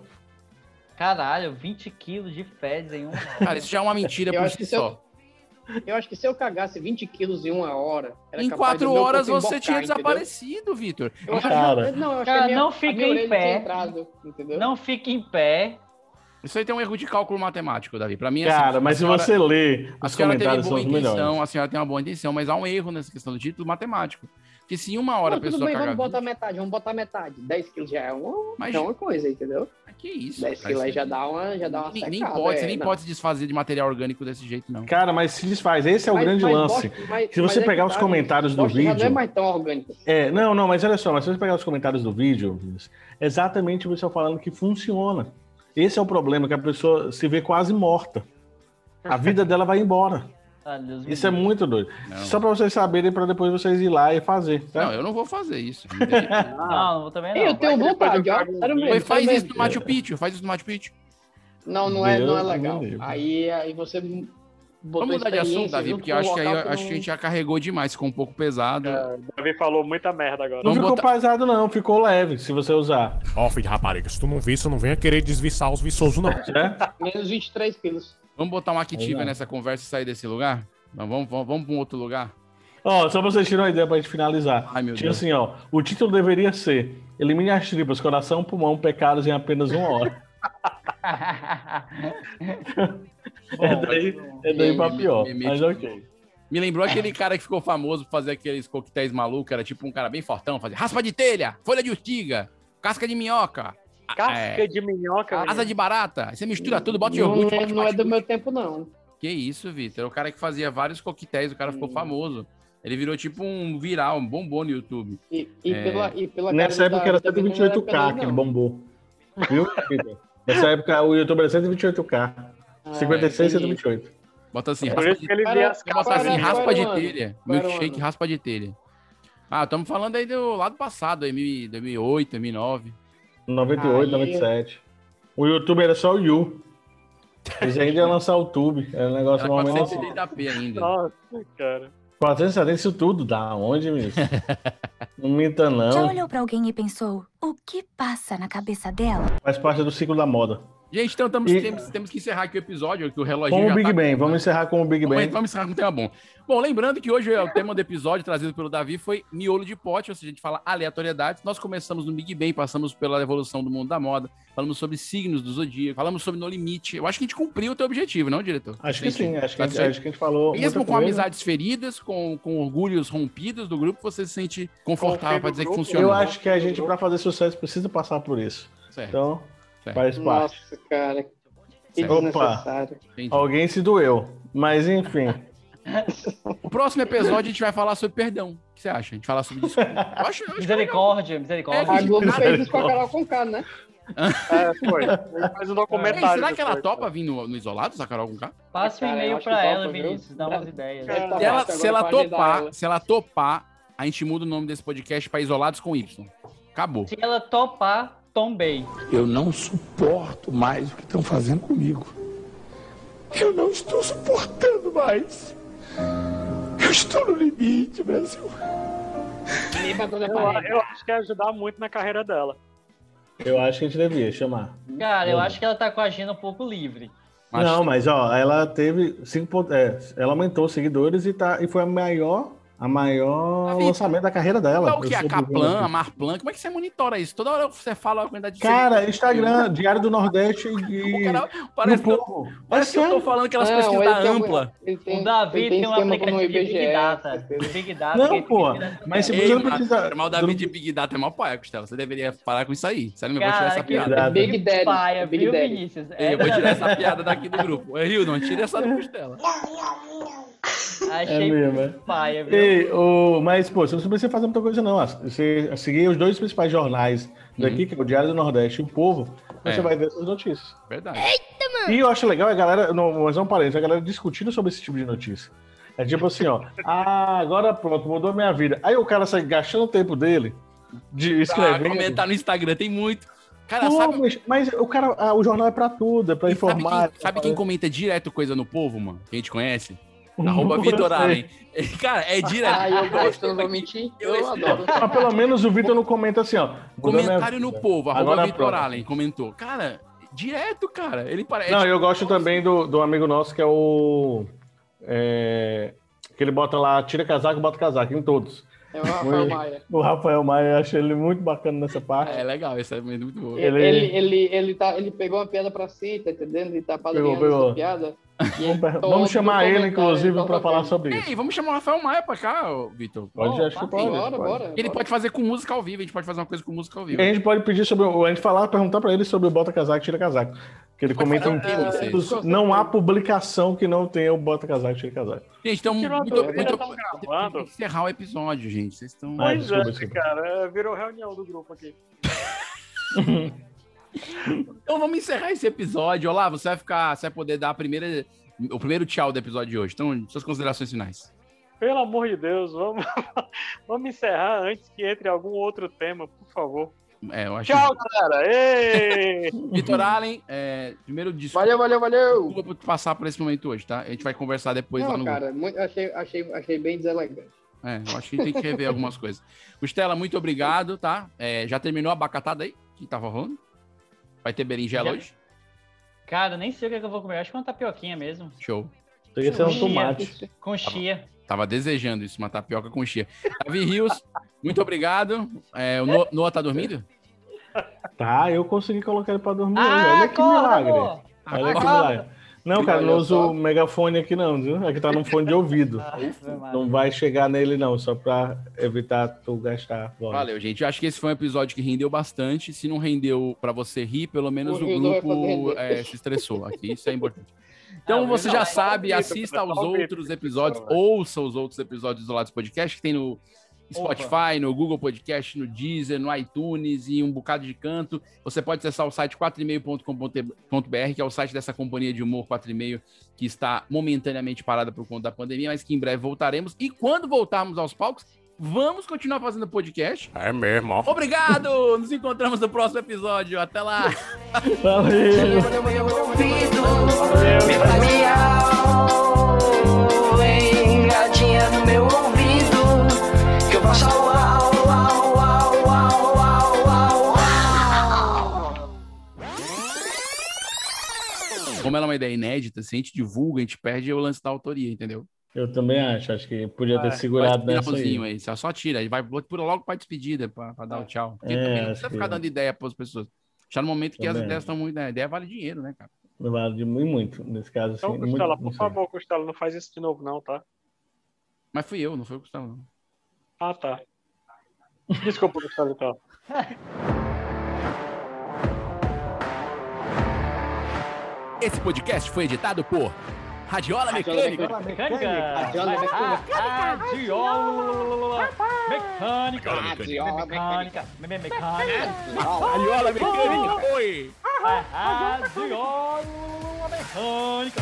Caralho, 20 quilos de fezes em um. Cara, isso já é uma mentira Eu por acho si que se eu- só. Eu acho que se eu cagasse 20 quilos em uma hora... era Em capaz quatro do meu horas corpo você embocar, tinha entendeu? desaparecido, Vitor. Eu acho- Cara. não, eu acho Cara, que a minha, não a fica minha em orelha tinha pé. entrado, entendeu? Não fique em pé. Isso aí tem um erro de cálculo matemático, Davi. Pra mim, Cara, assim, a mas se senhora- você ler A os senhora teve comentários, são boa os melhores. intenção, a senhora tem uma boa intenção, mas há um erro nessa questão do título matemático. Porque se em uma hora Não, a tudo pessoa bem, cagar vamos botar metade, vamos botar metade. 10 quilos já é uma, Mas- já é uma coisa, entendeu? Que isso? 10 cara, quilos aí isso é já dá uma, já dá uma Nem, nem secada, pode, você é, nem não. pode se desfazer de material orgânico desse jeito, não. Cara, mas se desfaz, esse é o Mas- grande mas lance. bosta- mas- se você mas é pegar que os tá, comentários do bosta já Não é vídeo. mais tão orgânico. É, não, não, mas olha só, mas se você pegar os comentários do vídeo, Vinícius, exatamente o pessoal falando que funciona. Esse é o problema, que a pessoa se vê quase morta. A vida dela vai embora. Ah, Deus me Isso é Uhum. livre. muito doido. Só pra vocês saberem, pra depois vocês ir lá e fazer. Tá? Não, eu não vou fazer isso. Ah, Não, não vou também não. Eu tenho Vai que depois vontade, eu ó. cago um Sério dia. mesmo. Mas faz também. isso no Machu Picchu, faz isso no Machu Picchu. Não, não é, não é Deus legal. me livre. Aí, aí você botou Vamos mudar de experiência assunto, Davi, junto porque com eu acho um que, aí, local eu acho que a gente já carregou demais, ficou um pouco pesado. Davi falou muita merda agora. Não Vamos ficou botar- pesado, não, ficou leve, se você usar. Ó, filho de rapariga, se tu não viça, não venha querer desviçar os viçosos, não. né? não- Menos 23 quilos. Vamos botar uma Aí activa não. nessa conversa e sair desse lugar? Não, vamos, vamos, vamos para um outro lugar? Ó, só pra vocês tirarem uma ideia pra gente finalizar. Ai, meu Tinha Deus. assim, ó. O título deveria ser Elimine as tripas, coração, pulmão, pecados em apenas uma hora. é daí, é daí pra pior. Me- me- Mas ok. Me lembrou aquele cara que ficou famoso por fazer aqueles coquetéis malucos, era tipo um cara bem fortão, fazia raspa de telha, folha de urtiga, casca de minhoca. Casca é, de minhoca. Asa menino. de barata. Aí Você mistura tudo, bota não, iogurte, é, bota não é do meu tempo, não. Que isso, Vitor? Era O cara que fazia vários coquetéis, o cara ficou famoso. Ele virou tipo um viral, um bombom no YouTube. E, e É. pela, e pela Nessa cara do época era Davi também não era 128k pelado, aquele não. bombou. Viu? Vitor? Nessa época o YouTube era 128k. 56, Ah, entendi. 128. Bota assim, É Por raspa isso de que ele via as Bota capas. assim, Para- raspa para de o ano, telha. para o Milkshake, ano. raspa de telha. Ah, estamos falando aí do lado passado, 2000, 2008, 2009. 98, Aí- 97. O YouTube era só o You. Eles ainda iam lançar o YouTube. Era um negócio Era normalmente. 430p ainda. Nossa, cara. 470 isso tudo, da onde, Miss? não minta, Já não. olhou pra alguém e pensou, o que passa na cabeça dela? Faz parte do ciclo da moda. Gente, então tamos, E- temos, temos que encerrar aqui o episódio, que o relógio Com o já Big tá... Bang, vamos encerrar com o Big Vamos, Bang. vamos encerrar com um tema bom. Bom, lembrando que hoje é o tema do episódio trazido pelo Davi foi miolo de pote, ou seja, a gente fala aleatoriedades. Nós começamos no Big Bang, passamos pela evolução do mundo da moda, falamos sobre signos do zodíaco, falamos sobre No Limite. Eu acho que a gente cumpriu o teu objetivo, não, diretor? Acho que sim, acho que, a gente- Satisfeito? acho que a gente falou. muita Mesmo com coisa. amizades feridas, com, com orgulhos rompidos do grupo, você se sente confortável para dizer que funciona. né? Eu acho que a gente, pra fazer sucesso, precisa passar por isso. Certo. Então, Certo. faz parte. Nossa, cara. Que Opa. desnecessário. Alguém se doeu, mas enfim. O próximo episódio a gente vai falar sobre perdão. O que você acha? A gente falar sobre desculpa. Eu acho, eu acho Misericórdia, É, misericórdia. a Globo fez isso com a Carol Conká, né? É, foi. Faz um documentário. Ei, será que ela depois. topa vir no, no isolado, essa Carol Conká? Passa um Cara, eu e-mail acho pra que ela, topa, viu? Vinícius, dá umas ideias. É, Cara, Se ela, tá Agora se ela pode ajudar topar, ela. se ela topar, a gente muda o nome desse podcast pra Isolados com Y. Acabou. Se ela topar, tombei. Eu não suporto mais o que estão fazendo comigo. Eu não estou suportando mais. Eu estou no limite, Brasil. Eu, eu acho que ia ajudar muito na carreira dela. Eu acho que a gente devia chamar. Cara, eu acho que ela tá com a agenda um pouco livre. Não, mas ó, ela teve cinco ponto- é, ela aumentou os seguidores e, tá, e foi a maior, a maior lançamento da carreira dela. Qual que é Eu né? a soube Caplan, agora. a Marplan? Como é que você monitora isso? Toda hora você fala a quantidade de Cara, é seguidores. Instagram, Diário do Nordeste e. Cara, parece do que eu- povo. Parece que eu tô sério. falando aquelas Não, pesquisas ele da é tem um- ampla. Ele tem, O Davi ele tem um esquema com aplicativo o de Big IBGE. Data. Big Data. Não, que ele pô, fica tirando- mas se Ei, Tipo, você não mas- precisa. mas o David de Big Data é mó paia, Costela. Você deveria parar com isso aí. Sério, eu vou tirar Cara, essa que É piada. Big Daddy. Paia, Big viu, Daddy. Vinícius? Ei, eu É, vou tirar essa piada daqui do grupo. Ô, Hildon, tira essa do Costela. É Achei mesmo, é. paia, viu? Ei, ô, mas, pô, você não precisa fazer muita coisa, não. Você seguir os dois principais jornais daqui, que é o Diário do Nordeste e o Povo, Uhum. É. você vai ver essas notícias. Verdade. E eu acho legal a galera, não, mas é um parênteses, a galera discutindo sobre esse tipo de notícia. É tipo assim, ó, ah, agora pronto, mudou a minha vida. Aí o cara sai gastando o tempo dele de Ah, escrever. comentar no Instagram, tem muito. Cara, Pô, sabe, mas, mas o cara, ah, o jornal é pra tudo, é pra sabe, informar. quem, sabe quem comenta direto coisa no povo, mano? Que a gente conhece? Não Arroba Vitor sei. Allen. Cara, é direto. Ah, eu gosto, não vou mentir. Eu adoro. Mas pelo menos o Vitor não comenta assim, ó. mudou minha Comentário no vida. povo, arroba Agora é Vitor pronto. Allen comentou. Cara, direto, cara. Ele parece. Não, eu gosto também do, do amigo nosso que é o. é, que ele bota lá, tira casaco, bota casaco, em todos. É o Rafael Maia. O Rafael Maia, eu achei ele muito bacana nessa parte. É legal, esse é muito bom. Ele, ele, ele, tá, ele pegou uma piada pra si, tá entendendo? Ele tá padrinhando pegou. essa piada. Vamos chamar ele, É, comentário, inclusive, todo para falar sobre isso. Ei, vamos chamar o Rafael Maia pra cá, ô, Vitor. Pode, acho que pode, Bora, pode. bora. Ele pode fazer com música ao vivo, a gente pode fazer uma coisa com música ao E vivo. a gente pode pedir sobre. o- A gente falar, perguntar para ele sobre o bota casaco, tira casaco. Que ele comenta fazer um em tema, todos. vocês. Não há publicação que não tenha o bota casaco, tira casaco. Gente, então, muito, muito, né? dúvida, Tá tamo tem que encerrar o episódio, gente. Vocês estão. Ah, Pois desculpa, é, desculpa. cara. é, Virou reunião do grupo aqui. Então vamos encerrar esse episódio. Olá, você vai ficar, você vai poder dar a primeira, o primeiro tchau do episódio de hoje. Então, suas considerações finais. Pelo amor de Deus, vamos, vamos encerrar antes que entre algum outro tema, por favor. É, eu acho. Tchau, galera. Ei! Então, Vitor Allen, é, primeiro desculpa. Valeu, valeu, valeu. por passar por esse momento hoje, tá? A gente vai conversar depois lá Não, no cara, muito- achei, achei, achei bem deselegante. grupo. É, eu acho que a gente tem que rever algumas coisas. Costela, muito obrigado, tá? É, já terminou a bacatada aí? Que tava rolando? Vai ter berinjela Já. hoje? Cara, nem sei o que, é que eu vou comer. Acho que é uma tapioquinha mesmo. Show. Tem que ser um Chia, tomate. Com chia. Tava desejando isso, uma tapioca com chia. Davi Rios, muito obrigado. É, o No- Noah tá dormindo? Tá, eu consegui colocar ele pra dormir. Ah, hoje. Olha que acorda, milagre. pô. Olha que Acorda. milagre. Não, cara, não Olha uso só. o megafone aqui não, viu? Aqui tá num fone de ouvido. Ah, Não vai chegar nele não, só pra evitar tu gastar. voz. Valeu, gente. Eu acho que esse foi um episódio que rendeu bastante. Se não rendeu pra você rir, pelo menos o, O Hildon vai fazer grupo render. é, se estressou aqui. Isso é importante. Então Ah, você não, já é sabe, só o Vitor, assista é só aos o Vitor, outros episódios, ouça os outros episódios do Isolados Podcast, que tem no Spotify, no Google Podcast, no Deezer, no iTunes e um bocado de canto. Você pode acessar o site 4,5.com.br, que é o site dessa companhia de humor 4,5, que está momentaneamente parada por conta da pandemia, mas que em breve voltaremos. E quando voltarmos aos palcos, vamos continuar fazendo podcast. É mesmo. ó. Obrigado! Nos encontramos no próximo episódio. Até lá! Valeu. Engatinha no meu é uma ideia inédita, se a gente divulga, a gente perde o lance da autoria, entendeu? Eu também acho, acho que podia É, ter segurado Faz nessa aí. finalzinho aí. Só, só tira, ele vai por logo pra despedida, pra, pra dar o tchau. Porque É, também não acho precisa que- ficar dando ideia pras pessoas. Já no momento que as Também ideias acho. estão muito. né, A ideia vale dinheiro, né, cara? Vale de muito, muito, nesse caso, assim. Então, muito- Costela, não por sei. favor, Costela, não faz isso de novo, não, tá? Mas fui eu, não foi o Gustavo, não. Ah, tá. Desculpa, Gustavo, então. Esse podcast foi editado por Radiola Mecânica. Radiola Mecânica. Radiola Mecânica. Radiola Mecânica. Ah, Radiola Mecânica. Me- me- Mecânica. Radiola Mecânica. Oi. Ah, Radiola Mecânica.